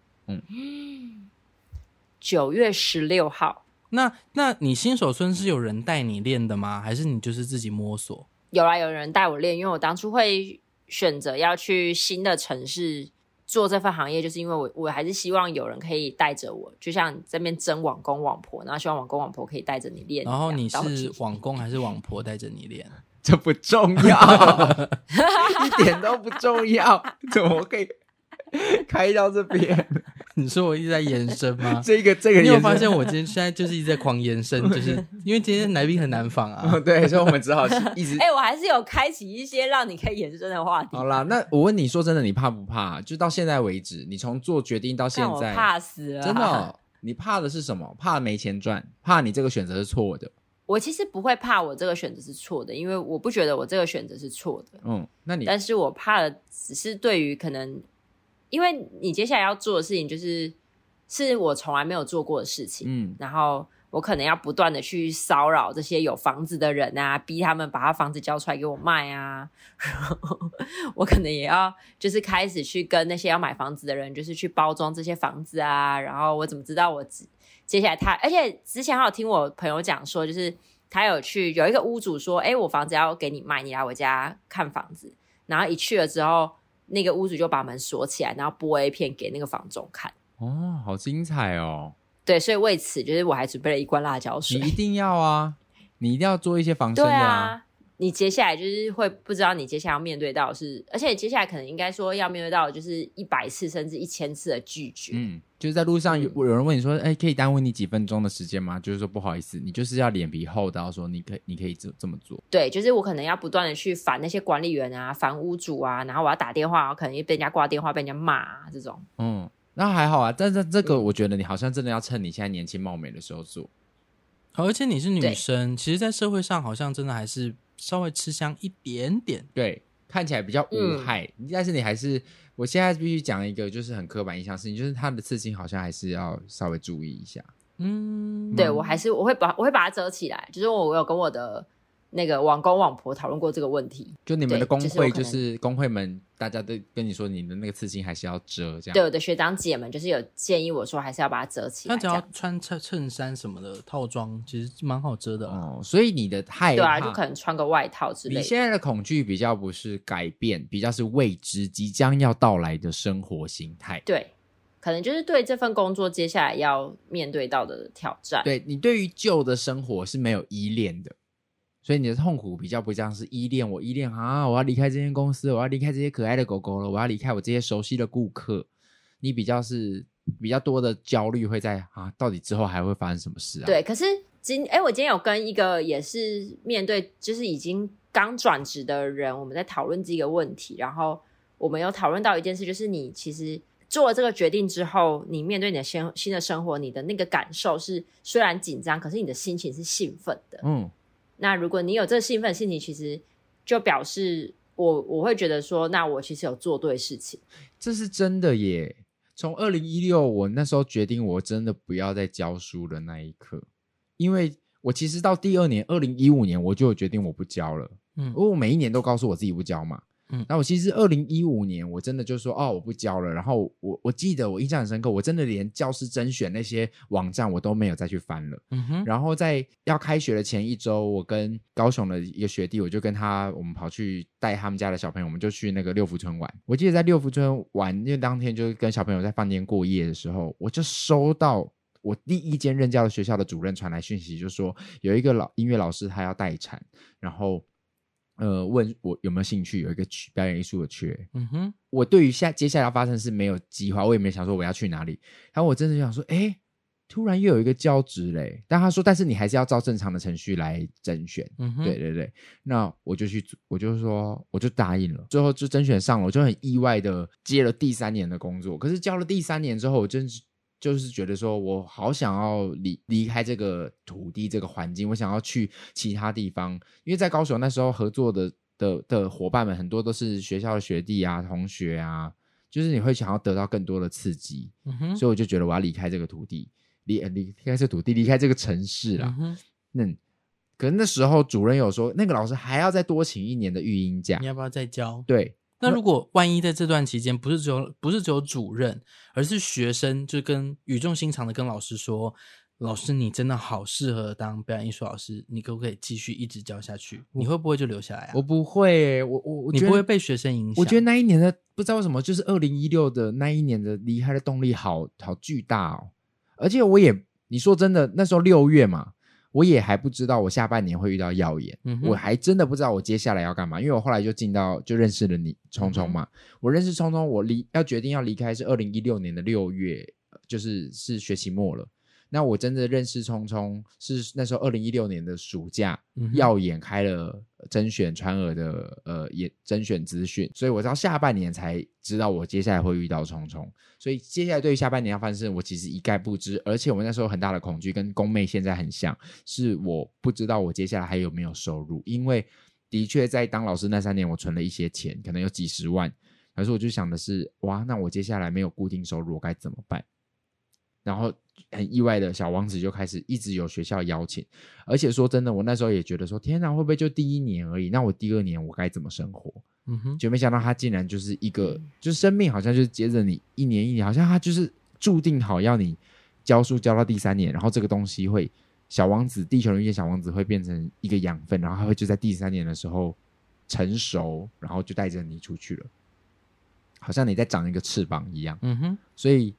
Speaker 3: 九月十六号
Speaker 2: 那那你新手村是有人带你练的吗？还是你就是自己摸索？
Speaker 3: 有来有人带我练，因为我当初会选择要去新的城市做这份行业，就是因为我我还是希望有人可以带着我，就像你这边争网公网婆，然后希望网公网婆可以带着你练一样。
Speaker 2: 然后你
Speaker 3: 到极
Speaker 2: 是
Speaker 3: 致
Speaker 2: 网工还是网婆带着你练？
Speaker 1: 这不重要，一点都不重要，怎么可以开到这边？
Speaker 2: 你说我一直在延伸吗？
Speaker 1: 这个这个
Speaker 2: 你
Speaker 1: 也
Speaker 2: 有
Speaker 1: 是
Speaker 2: 发现我今天现在就是一直在狂延伸，就是因为今天来宾很难访啊
Speaker 1: 哦。 对，所以我们只好 一直
Speaker 3: 哎、。我还是有开启一些让你可以延伸的话题。
Speaker 1: 好啦，那我问你说真的，你怕不怕？就到现在为止，你从做决定到现
Speaker 3: 看我
Speaker 1: 在，
Speaker 3: 怕啊死了，
Speaker 1: 真的哦、你怕的是什么？怕没钱赚，怕你这个选择是错的。
Speaker 3: 我其实不会怕我这个选择是错的，因为我不觉得我这个选择是错的。
Speaker 1: 嗯，那你
Speaker 3: 但是我怕的只是对于可能，因为你接下来要做的事情就是是我从来没有做过的事情，
Speaker 1: 嗯
Speaker 3: 然后我可能要不断的去骚扰这些有房子的人啊，逼他们把他房子交出来给我卖啊，然后我可能也要就是开始去跟那些要买房子的人，就是去包装这些房子啊，然后我怎么知道我只接下来他，而且之前还有听我朋友讲说，就是他有去有一个屋主说，哎、我房子要给你卖，你来我家看房子，然后一去了之后，那个屋主就把门锁起来，然后播 A 片给那个房仲看。
Speaker 1: 哦，好精彩哦！
Speaker 3: 对，所以为此就是我还准备了一罐辣椒
Speaker 1: 你
Speaker 3: 水。
Speaker 1: 一定要啊，你一定要做一些防身
Speaker 3: 对
Speaker 1: 的
Speaker 3: 啊，你接下来就是会不知道你接下来要面对到的是，而且接下来可能应该说要面对到的就是一百次甚至一千次的拒绝。
Speaker 1: 嗯，就是在路上有有人问你说，哎、可以耽误你几分钟的时间吗？就是说不好意思，你就是要脸皮厚到说你可以你可以这这么做。
Speaker 3: 对，就是我可能要不断的去烦那些管理员啊，烦屋主啊，然后我要打电话，我可能又被人家挂电话，被人家骂、啊、这种。
Speaker 1: 嗯，那还好啊，但是这
Speaker 3: 嗯
Speaker 1: 个我觉得你好像真的要趁你现在年轻貌美的时候做。
Speaker 2: 好，而且你是女
Speaker 3: 对
Speaker 2: 生，其实，在社会上好像真的还是稍微吃香一点点。
Speaker 1: 对，看起来比较
Speaker 3: 嗯
Speaker 1: 无害，但是你还是，我现在必须讲一个就是很刻板印象的事情，就是它的刺青好像还是要稍微注意一下。
Speaker 2: 嗯，
Speaker 3: 对我还是我会把我会把它遮起来，就是我我有跟我的那个网公网婆讨论过这个问题。
Speaker 1: 就你们的
Speaker 3: 对
Speaker 1: 工
Speaker 3: 就是
Speaker 1: 会，
Speaker 3: 有可
Speaker 1: 就
Speaker 3: 能
Speaker 1: 是工会们，大家都跟你说你的那个刺青还是要遮这
Speaker 3: 对
Speaker 1: 样。
Speaker 3: 我的学长姐们，就是有建议我说，还是要把它折起来。
Speaker 2: 那只
Speaker 3: 这
Speaker 2: 要
Speaker 3: 样
Speaker 2: 穿衬衬衫什么的套装，其实蛮好遮的、哦。
Speaker 1: 哦，所以你的害
Speaker 3: 对
Speaker 1: 怕，
Speaker 3: 啊，就可能穿个外套之类
Speaker 1: 哎你
Speaker 3: 的。
Speaker 1: 现在的恐惧比较不是改变，比较是未知即将要到来的生活形态。
Speaker 3: 对，可能就是对这份工作接下来要面对到的挑战。
Speaker 1: 对你对于旧的生活是没有依恋的，所以你的痛苦比较不像是依恋。我依恋啊，我要离开这间公司，我要离开这些可爱的狗狗了，我要离开我这些熟悉的顾客。你比较是比较多的焦虑会在啊，到底之后还会发生什么事啊？，
Speaker 3: 对，可是今哎，我今天有跟一个也是面对，就是已经刚转职的人，我们在讨论这个问题，然后我们有讨论到一件事，就是你其实做了这个决定之后，你面对你的新新的生活，你的那个感受是虽然紧张，可是你的心情是兴奋的。
Speaker 1: 嗯，
Speaker 3: 那如果你有这个兴奋心情，其实就表示我我会觉得说，那我其实有做对事情。
Speaker 1: 这是真的耶。从二零一六，我那时候决定我真的不要再教书的那一刻，因为我其实到第二年，二零一五年我就有决定我不教了。
Speaker 2: 嗯
Speaker 1: 因为我每一年都告诉我自己不交嘛。
Speaker 2: 嗯
Speaker 1: 嗯，那我其实二零一五年我真的就说哦我不交了，然后我我记得我印象很深刻，我真的连教师甄选那些网站我都没有再去翻了。
Speaker 2: 嗯哼，
Speaker 1: 然后在要开学的前一周，我跟高雄的一个学弟，我就跟他，我们跑去带他们家的小朋友，我们就去那个六福村玩。我记得在六福村玩，因为当天就是跟小朋友在饭店过夜的时候，我就收到我第一间任教的学校的主任传来讯息，就说有一个老音乐老师他要待产，然后呃问我有没有兴趣，有一个缺表演艺术的缺，
Speaker 2: 嗯哼，
Speaker 1: 我对于下接下来要发生的事没有计划，我也没想说我要去哪里。然后我真的想说，哎，突然又有一个教职嘞。但他说，但是你还是要照正常的程序来甄选。
Speaker 2: 嗯哼，
Speaker 1: 对，对对，那我就去，我就说，我就答应了。最后就甄选上了，我就很意外的接了第三年的工作。可是教了第三年之后，我真是就是觉得说我好想要离离开这个土地这个环境，我想要去其他地方，因为在高雄那时候合作的的的伙伴们很多都是学校的学弟啊、同学啊，就是你会想要得到更多的刺激，
Speaker 2: 嗯哼，
Speaker 1: 所以我就觉得我要离开这个土地，离呃离离开这土地，离开这个城市啦。
Speaker 2: 嗯哼
Speaker 1: 那、可是那时候主任有说，那个老师还要再多请一年的育婴假
Speaker 2: 你，要不要再教？
Speaker 1: 对，
Speaker 2: 那如果万一在这段期间，不是只有不是只有主任，而是学生，就跟语重心长的跟老师说：“老师，你真的好适合当表演艺术老师，你可不可以继续一直教下去？你会不会就留下来啊？
Speaker 1: 我不会欸、我我我
Speaker 2: 你
Speaker 1: 觉
Speaker 2: 不会
Speaker 1: 得
Speaker 2: 被学生影响？
Speaker 1: 我觉得那一年的不知道为什么，就是二零一六的那一年的离开的动力好好巨大哦。而且我也，你说真的，那时候六月嘛，我也还不知道我下半年会遇到耀眼，
Speaker 2: 嗯哼
Speaker 1: 我还真的不知道我接下来要干嘛，因为我后来就进到就认识了你聪聪
Speaker 2: 嗯
Speaker 1: 嘛。我认识聪聪，我离要决定要离开是二零一六年的六月，呃就是是学期末了。那我真的认识聪聪是那时候二零一六年的暑假，
Speaker 2: 嗯哼
Speaker 1: 耀眼开了甄选川俄的呃也甄选资讯，所以我到下半年才知道我接下来会遇到聪聪，所以接下来对于下半年要发生的事，我其实一概不知，而且我那时候很大的恐惧跟宫妹现在很像，是我不知道我接下来还有没有收入，因为的确在当老师那三年，我存了一些钱，可能有几十万，可是我就想的是，哇，那我接下来没有固定收入，我该怎么办？然后很意外的小王子就开始一直有学校邀请，而且说真的，我那时候也觉得说，天哪，会不会就第一年而已？那我第二年我该怎么生活？
Speaker 2: 嗯哼，
Speaker 1: 就没想到他竟然就是一个，
Speaker 2: 嗯
Speaker 1: 就是生命好像就是接着你一年一年，好像他就是注定好要你教书教到第三年，然后这个东西会小王子地球人遇见小王子会变成一个养分，然后他会就在第三年的时候成熟，然后就带着你出去了，好像你在长一个翅膀一样。
Speaker 2: 嗯哼，
Speaker 1: 所以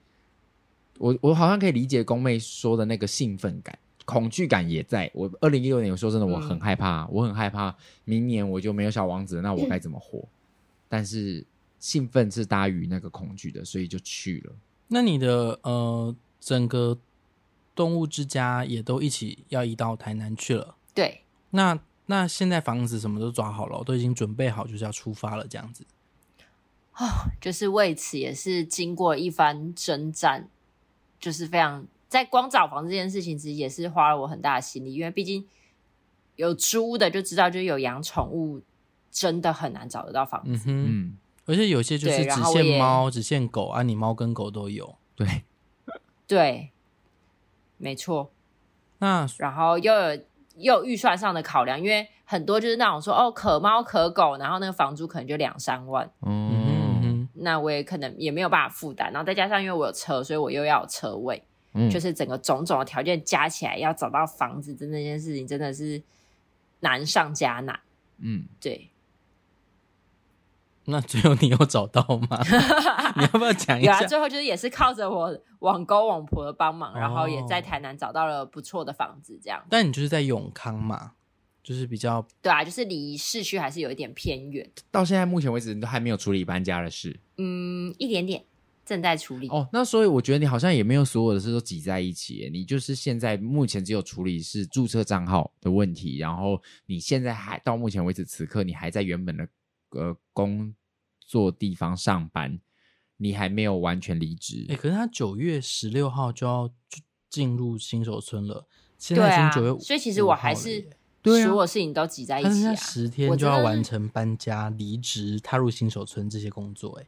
Speaker 1: 我我好像可以理解宫妹说的那个兴奋感、恐惧感也在。我二零一六年，我说真的，我很害怕，我很害怕明年我就没有小王子了，那我该怎么活？但是兴奋是大于那个恐惧的，所以就去了。
Speaker 2: 那你的呃整个动物之家也都一起要移到台南去了。
Speaker 3: 对，
Speaker 2: 那那现在房子什么都抓好了，都已经准备好，就是要出发了，这样子。
Speaker 3: 就是为此也是经过一番征战，就是非常在光找房这件事情，其实也是花了我很大的心力，因为毕竟有租的就知道，就是有养宠物真的很难找得到房子。
Speaker 2: 嗯哼，
Speaker 1: 嗯，
Speaker 2: 而且有些就是
Speaker 3: 对然
Speaker 2: 只
Speaker 3: 后我
Speaker 2: 限
Speaker 3: 也
Speaker 2: 猫、只限狗啊，你猫跟狗都有。
Speaker 1: 对，
Speaker 3: 对，没错。
Speaker 1: 嗯
Speaker 2: 那
Speaker 3: 然后又有又有预算上的考量，因为很多就是那种说哦可猫可狗，然后那个房租可能就两三万，
Speaker 1: 嗯
Speaker 2: 嗯
Speaker 3: 那我也可能也没有办法负担。然后再加上因为我有车，所以我又要有车位，
Speaker 1: 嗯
Speaker 3: 就是整个种种的条件加起来，要找到房子，真的这件事情真的是难上加难。
Speaker 1: 嗯，
Speaker 3: 对，
Speaker 2: 那最后你有找到吗？ 你要不要讲一
Speaker 3: 有
Speaker 2: 下
Speaker 3: 啊，？最后就是也是靠着我网沟网婆的帮忙，然后也在
Speaker 2: 哦
Speaker 3: 台南找到了不错的房子，这样
Speaker 2: 但你就是在永康嘛，就是比较
Speaker 3: 对啊，就是离市区还是有一点偏远，
Speaker 1: 到现在目前为止你都还没有处理搬家的事
Speaker 3: 嗯，一点点正在处理。
Speaker 1: 哦。那所以我觉得你好像也没有所有的事都挤在一起耶，你就是现在目前只有处理是注册账号的问题，然后你现在还到目前为止此刻你还在原本的呃工作地方上班，你还没有完全离职。
Speaker 2: 哎、可是他九月十六号就要进进入新手村了，现
Speaker 3: 对
Speaker 2: 在已经
Speaker 3: 啊
Speaker 2: 九月、，
Speaker 3: 所以其实我还是
Speaker 1: 对啊
Speaker 3: 所有事情都挤在一
Speaker 2: 他
Speaker 3: 起
Speaker 2: 剩
Speaker 3: 啊
Speaker 2: 下。十天
Speaker 3: 我
Speaker 2: 就
Speaker 3: 真
Speaker 2: 要
Speaker 3: 的
Speaker 2: 完
Speaker 3: 是
Speaker 2: 成搬家、离职、踏入新手村这些工作、哎，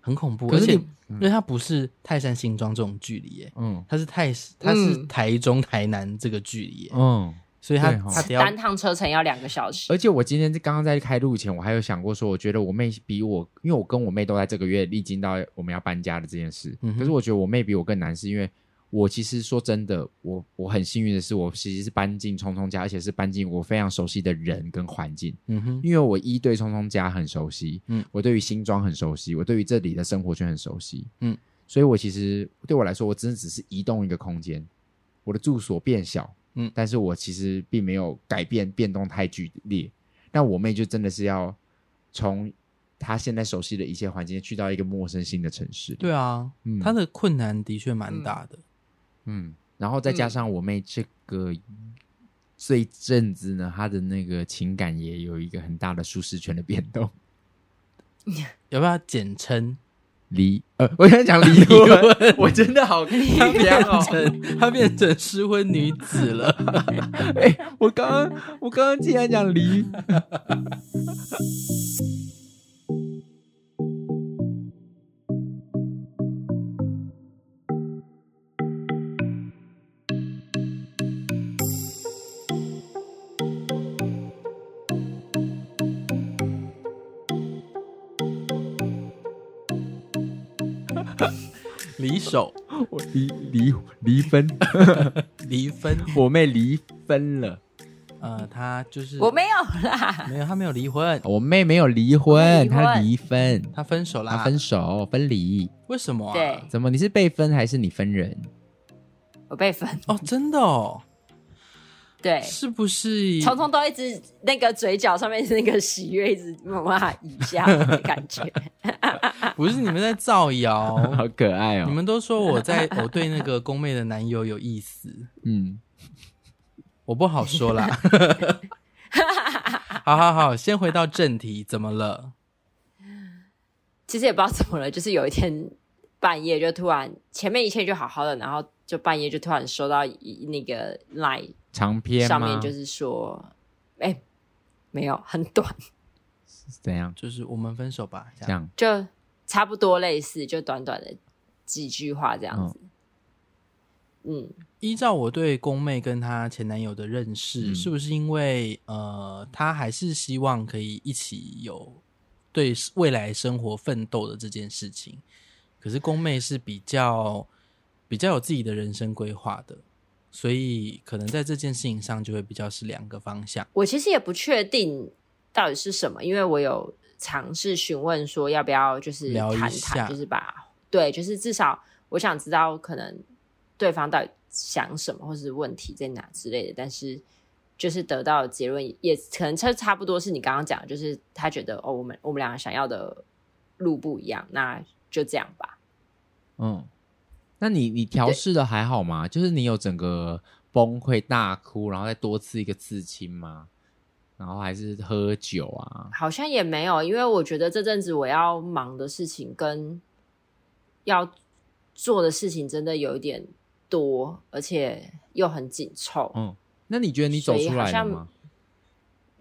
Speaker 2: 很恐怖。
Speaker 1: 可
Speaker 2: 而
Speaker 1: 是
Speaker 2: 且
Speaker 1: 你，
Speaker 2: 因为它不是泰山新庄这种距离、哎，
Speaker 1: 嗯
Speaker 2: 它是泰它是
Speaker 3: 嗯
Speaker 2: 台中、台南这个距离、哎
Speaker 1: 嗯，
Speaker 2: 所以它
Speaker 1: 对哦
Speaker 2: 它得要
Speaker 3: 单趟车程要两个小时，
Speaker 1: 而且我今天刚刚在开录前，我还有想过说，我觉得我妹比我，因为我跟我妹都在这个月历经到我们要搬家的这件事。
Speaker 2: 嗯哼
Speaker 1: 可是我觉得我妹比我更难，是因为我其实说真的，我我很幸运的是，我其实是搬进聪聪家，而且是搬进我非常熟悉的人跟环境。
Speaker 2: 嗯哼，
Speaker 1: 因为我一对聪聪家很熟悉，
Speaker 2: 嗯
Speaker 1: 嗯，我对于新庄很熟悉，我对于这里的生活圈很熟悉，
Speaker 2: 嗯
Speaker 1: 嗯，所以我其实对我来说，我真的只是移动一个空间，我的住所变小，
Speaker 2: 嗯
Speaker 1: 嗯，但是我其实并没有改变变动太剧烈。那我妹就真的是要从她现在熟悉的一些环境去到一个陌生新的城市，
Speaker 2: 对啊，
Speaker 1: 嗯
Speaker 2: 它的困难的确蛮大的。
Speaker 1: 嗯，然后再加上我妹这个这一阵子呢，她的那个情感也有一个很大的舒适圈的变动。
Speaker 2: 要不要简称
Speaker 1: 离呃， 我想讲离婚， 我真的好
Speaker 2: 她变
Speaker 1: 尴尬哦。
Speaker 2: 成她变成失婚女子了。
Speaker 1: 哎、我刚刚我刚刚竟然讲离，
Speaker 2: 离手
Speaker 1: 我离离离婚，
Speaker 2: 离婚，
Speaker 1: 我妹离婚了，
Speaker 2: 呃，她就是
Speaker 3: 我没有啦，
Speaker 2: 没有，她没有离婚，
Speaker 1: 我妹没有离婚，
Speaker 3: 离婚啊
Speaker 1: 她离婚，
Speaker 2: 她分手啦。
Speaker 1: 她分手分离，
Speaker 2: 为什么啊？
Speaker 3: 对
Speaker 1: 怎么你是被分还是你分人？
Speaker 3: 我被分，
Speaker 2: 哦，真的哦，
Speaker 3: 对，
Speaker 2: 是不是？
Speaker 3: 聪聪都一直那个嘴角上面是那个喜悦，一直哇一下的感觉，
Speaker 2: 不是你们在造谣？
Speaker 3: 嗯
Speaker 1: 好可爱哦、
Speaker 2: 你们都说我在我对那个宫妹的男友有意 思，
Speaker 1: 嗯，
Speaker 2: 我不好说啦。好好好，先回到正题，怎么了？
Speaker 3: 其实也不知道怎么了，就是有一天半夜就突然前面一切就好好的，然后就半夜就突然收到一那个 line
Speaker 1: 长篇吗
Speaker 3: 上面就是说，哎、没有很短，
Speaker 1: 怎样
Speaker 2: 就是我们分手吧，这
Speaker 1: 这
Speaker 2: 样。
Speaker 1: 样，
Speaker 3: 就差不多类似，就短短的几句话这样子。嗯，
Speaker 2: 依照我对宫妹跟她前男友的认识，
Speaker 1: 嗯
Speaker 2: 是不是因为呃，她还是希望可以一起有对未来生活奋斗的这件事情？可是宫妹是比较比较有自己的人生规划的，所以可能在这件事情上就会比较是两个方向。
Speaker 3: 我其实也不确定到底是什么，因为我有尝试询问说要不要就是
Speaker 2: 聊一
Speaker 3: 谈
Speaker 2: 下
Speaker 3: 谈，就是把对，就是至少我想知道可能对方到底想什么，或是问题在哪之类的，但是。就是得到的结论也可能差差不多是你刚刚讲的，就是他觉得哦，我们我们两个想要的路不一样，那就这样吧。
Speaker 1: 嗯，那你你调试的还好吗？就是你有整个崩溃大哭，然后再多吃一个刺青吗？然后还是喝酒啊？
Speaker 3: 好像也没有，因为我觉得这阵子我要忙的事情跟要做的事情真的有一点多，而且又很紧凑。
Speaker 1: 嗯，那你觉得你走出来
Speaker 3: 所以
Speaker 1: 了
Speaker 3: 好
Speaker 1: 吗
Speaker 3: 像？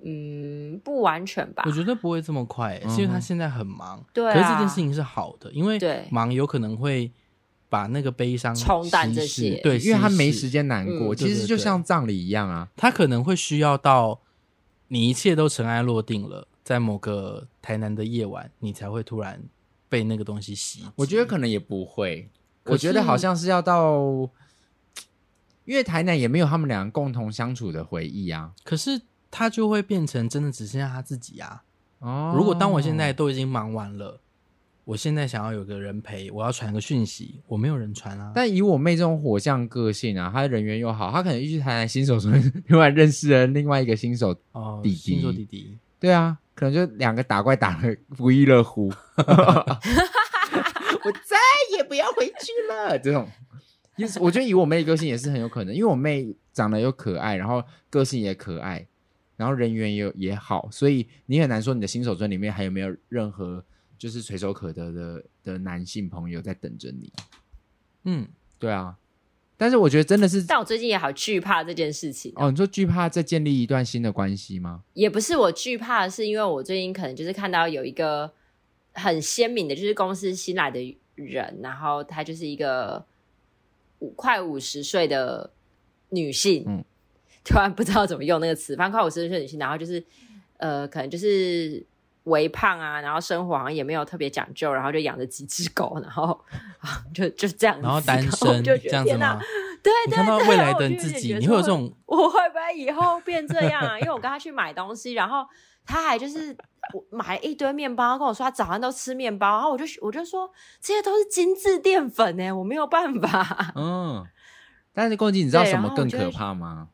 Speaker 3: 嗯，不完全吧
Speaker 2: 我？觉得不会这么快、欸
Speaker 1: 嗯哼
Speaker 2: 是因为她现在很忙。
Speaker 3: 对啊
Speaker 2: 可是这件事情是好的，因为
Speaker 3: 对
Speaker 2: 忙有可能会把那个悲伤
Speaker 3: 冲淡
Speaker 2: 稀
Speaker 3: 这
Speaker 2: 释
Speaker 3: 些
Speaker 2: 对，
Speaker 1: 因为他
Speaker 2: 稀
Speaker 1: 没
Speaker 2: 释
Speaker 1: 时间难过，
Speaker 3: 嗯
Speaker 1: 其
Speaker 2: 对
Speaker 1: 实
Speaker 2: 对
Speaker 1: 就
Speaker 2: 对
Speaker 1: 像葬礼一样啊。
Speaker 2: 他可能会需要到你一切都尘埃落定了，在某个台南的夜晚，你才会突然被那个东西袭击。
Speaker 1: 我觉得可能也不会，
Speaker 2: 可
Speaker 1: 我觉得
Speaker 2: 是
Speaker 1: 好像是要到，因为台南也没有他们两个共同相处的回忆啊。
Speaker 2: 可是他就会变成真的只剩下他自己啊。
Speaker 1: 哦，
Speaker 2: 如果当我现在都已经忙完了，我现在想要有个人陪，我要传个讯息，我没有人传啊。
Speaker 1: 但以我妹这种火象个性啊，她人缘又好，她可能一去台南新手村， 突然认识了另外一个新手，
Speaker 2: 哦，
Speaker 1: 弟弟
Speaker 2: 星座弟弟，
Speaker 1: 对啊，可能就两个打怪打的不亦乐 乎。我再也不要回去了，这种。也是，我觉得以我妹的个性也是很有可能，因为我妹长得又可爱，然后个性也可爱，然后人缘也也好，所以你很难说你的新手村里面还有没有任何就是垂手可得的的男性朋友在等着你。
Speaker 2: 嗯，
Speaker 1: 对啊，但是我觉得真的是
Speaker 3: 但我最近也好惧怕这件事情哦、
Speaker 1: 哦，你说惧怕再建立一段新的关系吗？
Speaker 3: 也不是我惧怕，是因为我最近可能就是看到有一个很鲜明的，就是公司新来的人，然后她就是一个五快五十岁的女性，
Speaker 1: 嗯
Speaker 3: 突然不知道怎么用那个词，反正快五十岁的女性，然后就是呃，可能就是微胖啊，然后生活好像也没有特别讲究，然后就养着几只狗，然后 就就这样子，
Speaker 2: 然后单
Speaker 3: 我
Speaker 2: 身
Speaker 3: 就觉
Speaker 2: 这
Speaker 3: 得
Speaker 2: 样子
Speaker 3: 天哪
Speaker 2: 吗？
Speaker 3: 对
Speaker 2: 你
Speaker 3: 对
Speaker 2: 看到
Speaker 3: 对，
Speaker 2: 未来
Speaker 3: 我
Speaker 2: 的
Speaker 3: 就
Speaker 2: 自
Speaker 3: 点
Speaker 2: 己，
Speaker 3: 觉
Speaker 2: 你
Speaker 3: 得
Speaker 2: 会有这
Speaker 3: 说
Speaker 2: 种
Speaker 3: 我会不会以后变这样啊？因为我跟他去买东西，然后他还就是我买了一堆面包，他跟我说他早上都吃面包，然后我就我就说这些都是精致淀粉呢、我没有办法。
Speaker 1: 嗯，但是共济，你知道
Speaker 3: 对
Speaker 1: 什
Speaker 3: 然
Speaker 1: 么
Speaker 3: 后
Speaker 1: 更
Speaker 3: 我就会
Speaker 1: 可怕吗？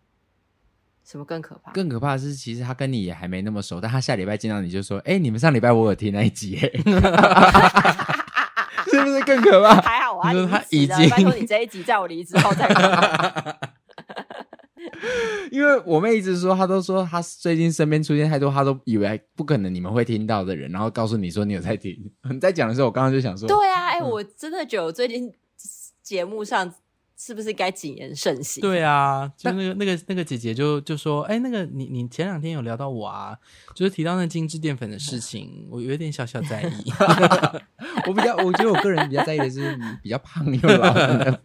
Speaker 3: 什么更可怕？
Speaker 1: 更可怕的是，其实他跟你也还没那么熟，但他下礼拜见到你就说：“哎、你们上礼拜我有听那一集、欸， 是不是更可怕？”
Speaker 3: 还好我要
Speaker 2: 你
Speaker 3: 离
Speaker 2: 说
Speaker 3: 职
Speaker 2: 他
Speaker 3: 了，
Speaker 2: 已经
Speaker 3: 拜托你这一集在我离职后再看。
Speaker 1: 因因为我妹一直说，她都说她最近身边出现太多，她都以为不可能你们会听到的人，然后告诉你说你有在听。你在讲的时候，我刚刚就想说，
Speaker 3: 对啊，哎、
Speaker 2: 嗯
Speaker 3: 我真的觉得我最近节目上是不是该谨言慎行？
Speaker 2: 对啊，就那个那个那个姐姐就就说，哎、那个你你前两天有聊到我啊，就是提到那精致淀粉的
Speaker 3: 嗯
Speaker 2: 事情，我有点小小在 意。
Speaker 1: 我比较，我觉得我个人比较在意的是你比较胖又老的那种。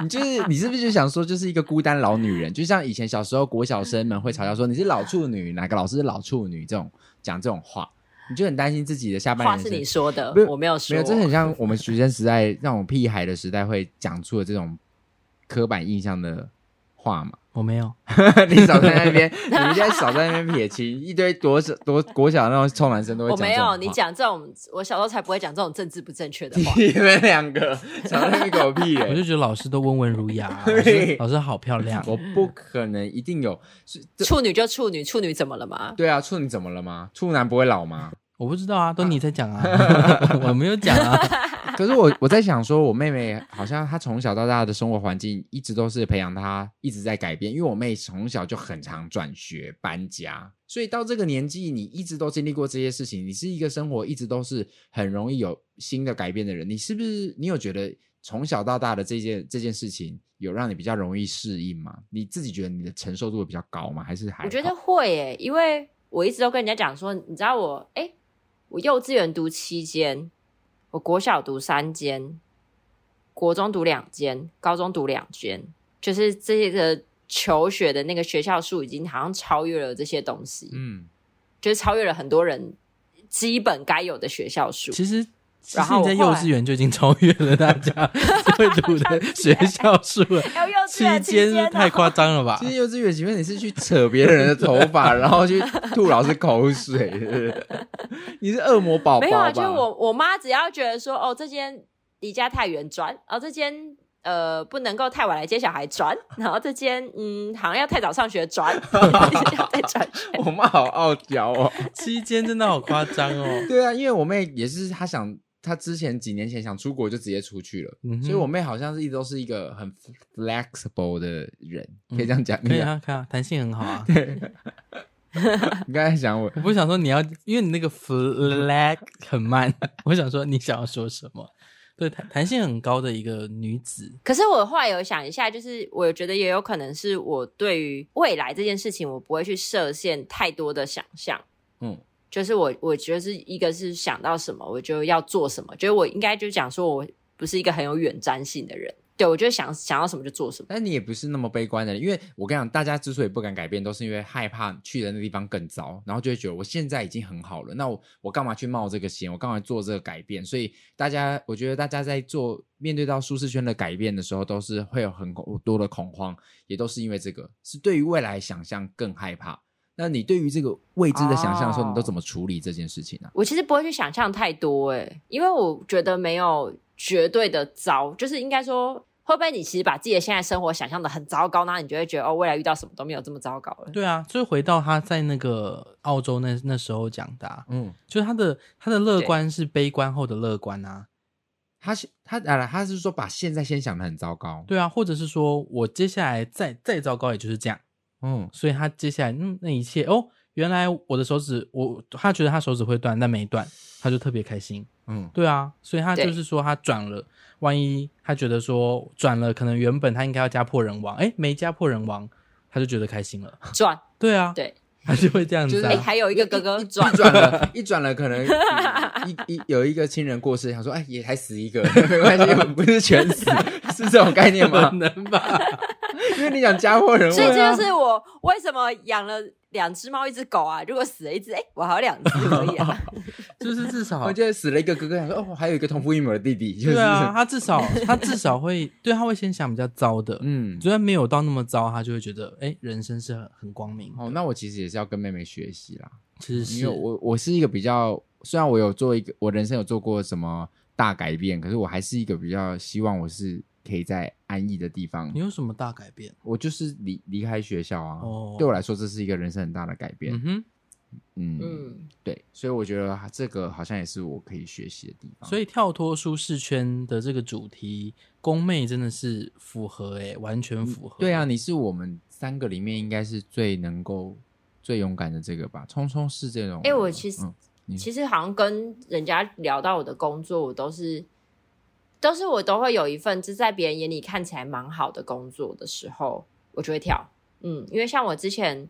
Speaker 1: 你就是你是不是就想说，就是一个孤单老女人？就像以前小时候国小生们会嘲笑说你是老处女，哪个老师是老处女这种讲这种话，你就很担心自己
Speaker 2: 啊
Speaker 1: 的下半
Speaker 3: 话
Speaker 1: 人
Speaker 3: 是
Speaker 1: 生。
Speaker 3: 你说的
Speaker 1: 不是，
Speaker 3: 我没有说。
Speaker 1: 没有，这很像我们学生时代那种屁孩的时代会讲出的这种刻板印象的话嘛。
Speaker 2: 我没有，
Speaker 1: 你少在那边，你们现在少在那边撇清，一堆多小多国小那种臭男生都会
Speaker 3: 我
Speaker 1: 讲这
Speaker 3: 没
Speaker 1: 种
Speaker 3: 有，
Speaker 1: 话
Speaker 3: 你讲这种，我小时候才不会讲这种政治不正确的 话。
Speaker 1: 你们两个少在那边狗屁、
Speaker 2: 我就
Speaker 1: 欸！
Speaker 2: 觉得老师都温文儒雅、啊老师
Speaker 1: 对
Speaker 2: 老师好漂亮。
Speaker 1: 我不可能一定有是这
Speaker 3: 处女就处女，处女怎么了嘛？
Speaker 1: 对啊，处女怎么了吗？处男不会老吗？
Speaker 2: 我不知道啊，都你在 讲啊，我没有讲啊。
Speaker 1: 可是我我在想说，我妹妹好像她从小到大的生活环境一直都是培养她一直在改变，因为我妹从小就很常转学搬家，所以到这个年纪，你一直都经历过这些事情，你是一个生活一直都是很容易有新的改变的人，你是不是？你有觉得从小到大的这件这件事情有让你比较容易适应吗？你自己觉得你的承受度比较高吗？还是还
Speaker 3: 我觉
Speaker 1: 好
Speaker 3: 得会耶，因为我一直都跟人家讲说，你知道我，哎、我幼稚园读七间，我国小读三间，国中读两间，高中读两间，就是这个求学的那个学校数已经好像超越了这些东西，
Speaker 1: 嗯，
Speaker 3: 就是超越了很多人基本该有的学校数。
Speaker 2: 其 实其
Speaker 3: 然
Speaker 2: 实
Speaker 3: 后
Speaker 2: 你
Speaker 3: 我
Speaker 2: 在幼
Speaker 3: 后来
Speaker 2: 稚园就已经超越了大家 会读的学校数 了，
Speaker 3: 还有幼
Speaker 2: 期
Speaker 3: 稚园啊期
Speaker 2: 间
Speaker 3: 间哦
Speaker 2: 是太夸张了吧
Speaker 1: 其？实幼稚园，请问你是去扯别人的头 发，然后去吐老师口水， 是不是你是恶魔宝宝吧？
Speaker 3: 没有啊，就是我我妈只要觉得说，哦，这间离家太远转，哦，这间呃不能够太晚来接小孩转，然后这间嗯好像要太早上学转， 要再转学。
Speaker 1: 我妈好傲娇哦。
Speaker 2: 期间真的好夸张哦。
Speaker 1: 对啊，因为我妹也是，她想她之前几年前想出国就直接出去了，
Speaker 2: 嗯哼
Speaker 1: 所以我妹好像是一直都是一个很 flexible 的人，可以这样
Speaker 3: 嗯
Speaker 1: 讲。
Speaker 2: 可以啊，可以啊，弹性很好啊。
Speaker 1: 啊你刚才想我
Speaker 2: 我不想说你要，因为你那个 flag 很慢，我想说你想要说什么？对，弹弹性很高的一个女子，
Speaker 3: 可是我后来有想一下，就是我觉得也有可能是我对于未来这件事情，我不会去设限太多的想象。
Speaker 1: 嗯，
Speaker 3: 就是我我觉得是一个是想到什么我就要做什么，就是我应该就讲说我不是一个很有远瞻性的人，对我就想想要什么就做什么。
Speaker 1: 但你也不是那么悲观的人，因为我跟你讲，大家之所以不敢改变，都是因为害怕去的那地方更糟，然后就会觉得我现在已经很好了，那我我干嘛去冒这个险？我干嘛做这个改变？所以大家，我觉得大家在做面对到舒适圈的改变的时候，都是会有很恐多的恐慌，也都是因为这个，是对于未来想象更害怕。那你对于这个未知的想象的时候，
Speaker 3: 哦
Speaker 1: 你都怎么处理这件事情呢、啊
Speaker 3: 我其实不会去想象太多、欸，因为我觉得没有绝对的糟，就是应该说，会不会你其实把自己的现在生活想象的很糟糕，那你就会觉得哦，未来遇到什么都没有这么糟糕了。
Speaker 2: 对啊，所以回到她在那个澳洲那那时候讲的、啊，
Speaker 1: 嗯，
Speaker 2: 就是她的她的乐观是悲观后的乐观啊，
Speaker 1: 他是他啊，他是说把现在先想的很糟糕。
Speaker 2: 对啊，或者是说我接下来再再糟糕也就是这样，
Speaker 1: 嗯，
Speaker 2: 所以她接下来嗯那一切哦，原来我的手指我她觉得她手指会断，但没断，她就特别开心，
Speaker 1: 嗯
Speaker 2: 对啊，所以他
Speaker 3: 对
Speaker 2: 就是说他转了，万一他觉得说转了，可能原本他应该要加破人王，哎，没加破人王，他就觉得开心了。
Speaker 3: 转
Speaker 2: 对啊，
Speaker 3: 对，
Speaker 2: 他就会这样子、
Speaker 1: 对
Speaker 2: 啊。
Speaker 3: 哎、还有一个哥哥转
Speaker 1: 一转了，一转了，可能嗯一一有一个亲人过世，想说，哎，也才死一个， 没关系，我们不是全死， 是这种概念吗
Speaker 2: 可？能 吧，
Speaker 1: 因为你想家破人
Speaker 3: 所以
Speaker 1: 亡，啊
Speaker 3: 这就是我为什么养了两只猫一只狗啊，如果死了一只，哎、我还有两只可以啊。
Speaker 2: 就是至少
Speaker 1: 我就死了一个哥哥，想说，哦，还有一个同父异母的弟弟，就是
Speaker 2: 对啊，他至少他至少会对他会先想比较糟的，
Speaker 1: 嗯，
Speaker 2: 虽然没有到那么糟，他就会觉得哎，人生是很很光明的。
Speaker 1: 哦，那我其实也是要跟妹妹学习啦，
Speaker 2: 其实
Speaker 1: 因
Speaker 2: 是
Speaker 1: 为我我是一个比较，虽然我有做一个，我人生有做过什么大改变，可是我还是一个比较希望我是可以在安逸的地方
Speaker 2: 你，有什么大改变？
Speaker 1: 我就是离离开学校啊
Speaker 2: 哦，
Speaker 1: 对我来说这是一个人生很大的改变
Speaker 2: 嗯，哼，
Speaker 1: 嗯，
Speaker 3: 嗯，
Speaker 1: 对，所以我觉得啊这个好像也是我可以学习的地方。
Speaker 2: 所以跳脱舒适圈的这个主题，宫妹真的是符合诶、完全符合。
Speaker 1: 对啊，，你是我们三个里面应该是最能够、最勇敢的这个吧？聪聪是这种吗。
Speaker 3: 哎我其实
Speaker 1: 嗯嗯
Speaker 3: 其实好像跟人家聊到我的工作，我都是都是我都会有一份，就是在别人眼里看起来蛮好的工作的时候，我就会跳。嗯，因为像我之前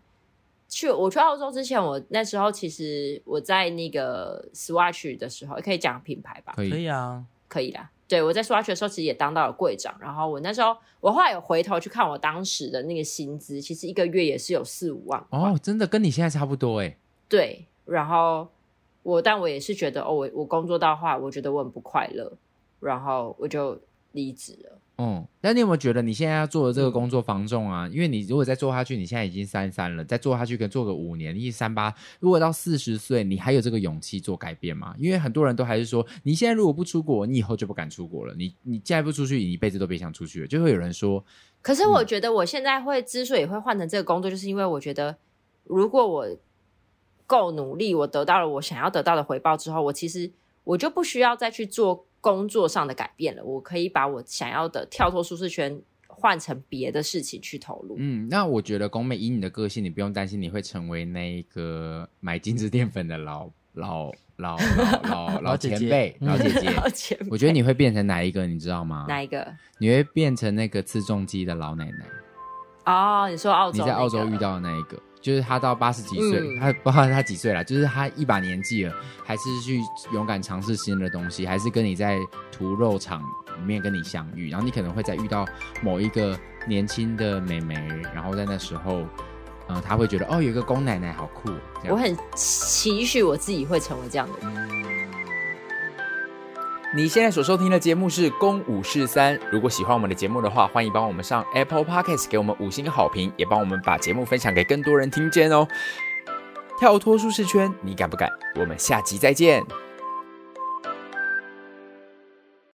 Speaker 3: 去我去澳洲之前，我那时候其实我在那个 Swatch 的时候，可以讲品牌吧？
Speaker 1: 可
Speaker 2: 可
Speaker 1: 以，
Speaker 2: 以啊，
Speaker 3: 可以啦。对我在 Swatch 的时候，其实也当到了柜长。然后我那时候，我后来有回头去看我当时的那个薪资，其实一个月也是有四五万块。
Speaker 1: 哦，真的跟你现在差不多哎、
Speaker 3: 对，然后我，但我也是觉得，哦，我我工作到的话，我觉得我很不快乐，然后我就离职了。
Speaker 1: 嗯，那你有没有觉得你现在要做的
Speaker 2: 嗯
Speaker 1: 这个工作防重啊？因为你如果再做下去，你现在已经三三了，再做下去可能做个五年，你三八，如果到四十岁，你还有这个勇气做改变吗？因为很多人都还是说，你现在如果不出国，你以后就不敢出国了，你你现在不出去，你一辈子都别想出去了。就会有人说，
Speaker 3: 可是
Speaker 1: 嗯
Speaker 3: 我觉得我现在会之所以会换成这个工作，就是因为我觉得，如果我够努力，我得到了我想要得到的回报之后，我其实我就不需要再去做工作上的改变了，我可以把我想要的跳脱舒适圈，换成别的事情去投入。
Speaker 1: 嗯，那我觉得宫妹以你的个性，你不用担心你会成为那个买精致淀粉的老老老老老
Speaker 2: 老
Speaker 1: 老
Speaker 2: 姐姐
Speaker 1: 前辈
Speaker 2: 嗯
Speaker 1: 老姐 姐。
Speaker 3: 抱歉，
Speaker 1: 我觉得你会变成哪一个，你知道吗？
Speaker 3: 哪一个？
Speaker 1: 你会变成那个自重机的老奶奶。
Speaker 3: 哦，你说澳洲、
Speaker 1: 你
Speaker 3: 那
Speaker 1: 在澳洲
Speaker 3: 个
Speaker 1: 遇到的那一个，就是他到八十几岁，
Speaker 3: 嗯
Speaker 1: 他不知道他几岁了，就是他一把年纪了，还是去勇敢尝试新的东西，还是跟你在屠肉场里面跟你相遇，然后你可能会再遇到某一个年轻的美眉，然后在那时候，嗯、他会觉得哦，有一个宫奶奶好酷，哦这样
Speaker 3: 我很期许我自己会成为这样的人。
Speaker 4: 你现在所收听的节目是《公五是三》，如果喜欢我们的节目的话，欢迎帮我们上 Apple Podcast 给我们五星好评，也帮我们把节目分享给更多人听见哦。跳脱舒适圈，你敢不敢？我们下集再见。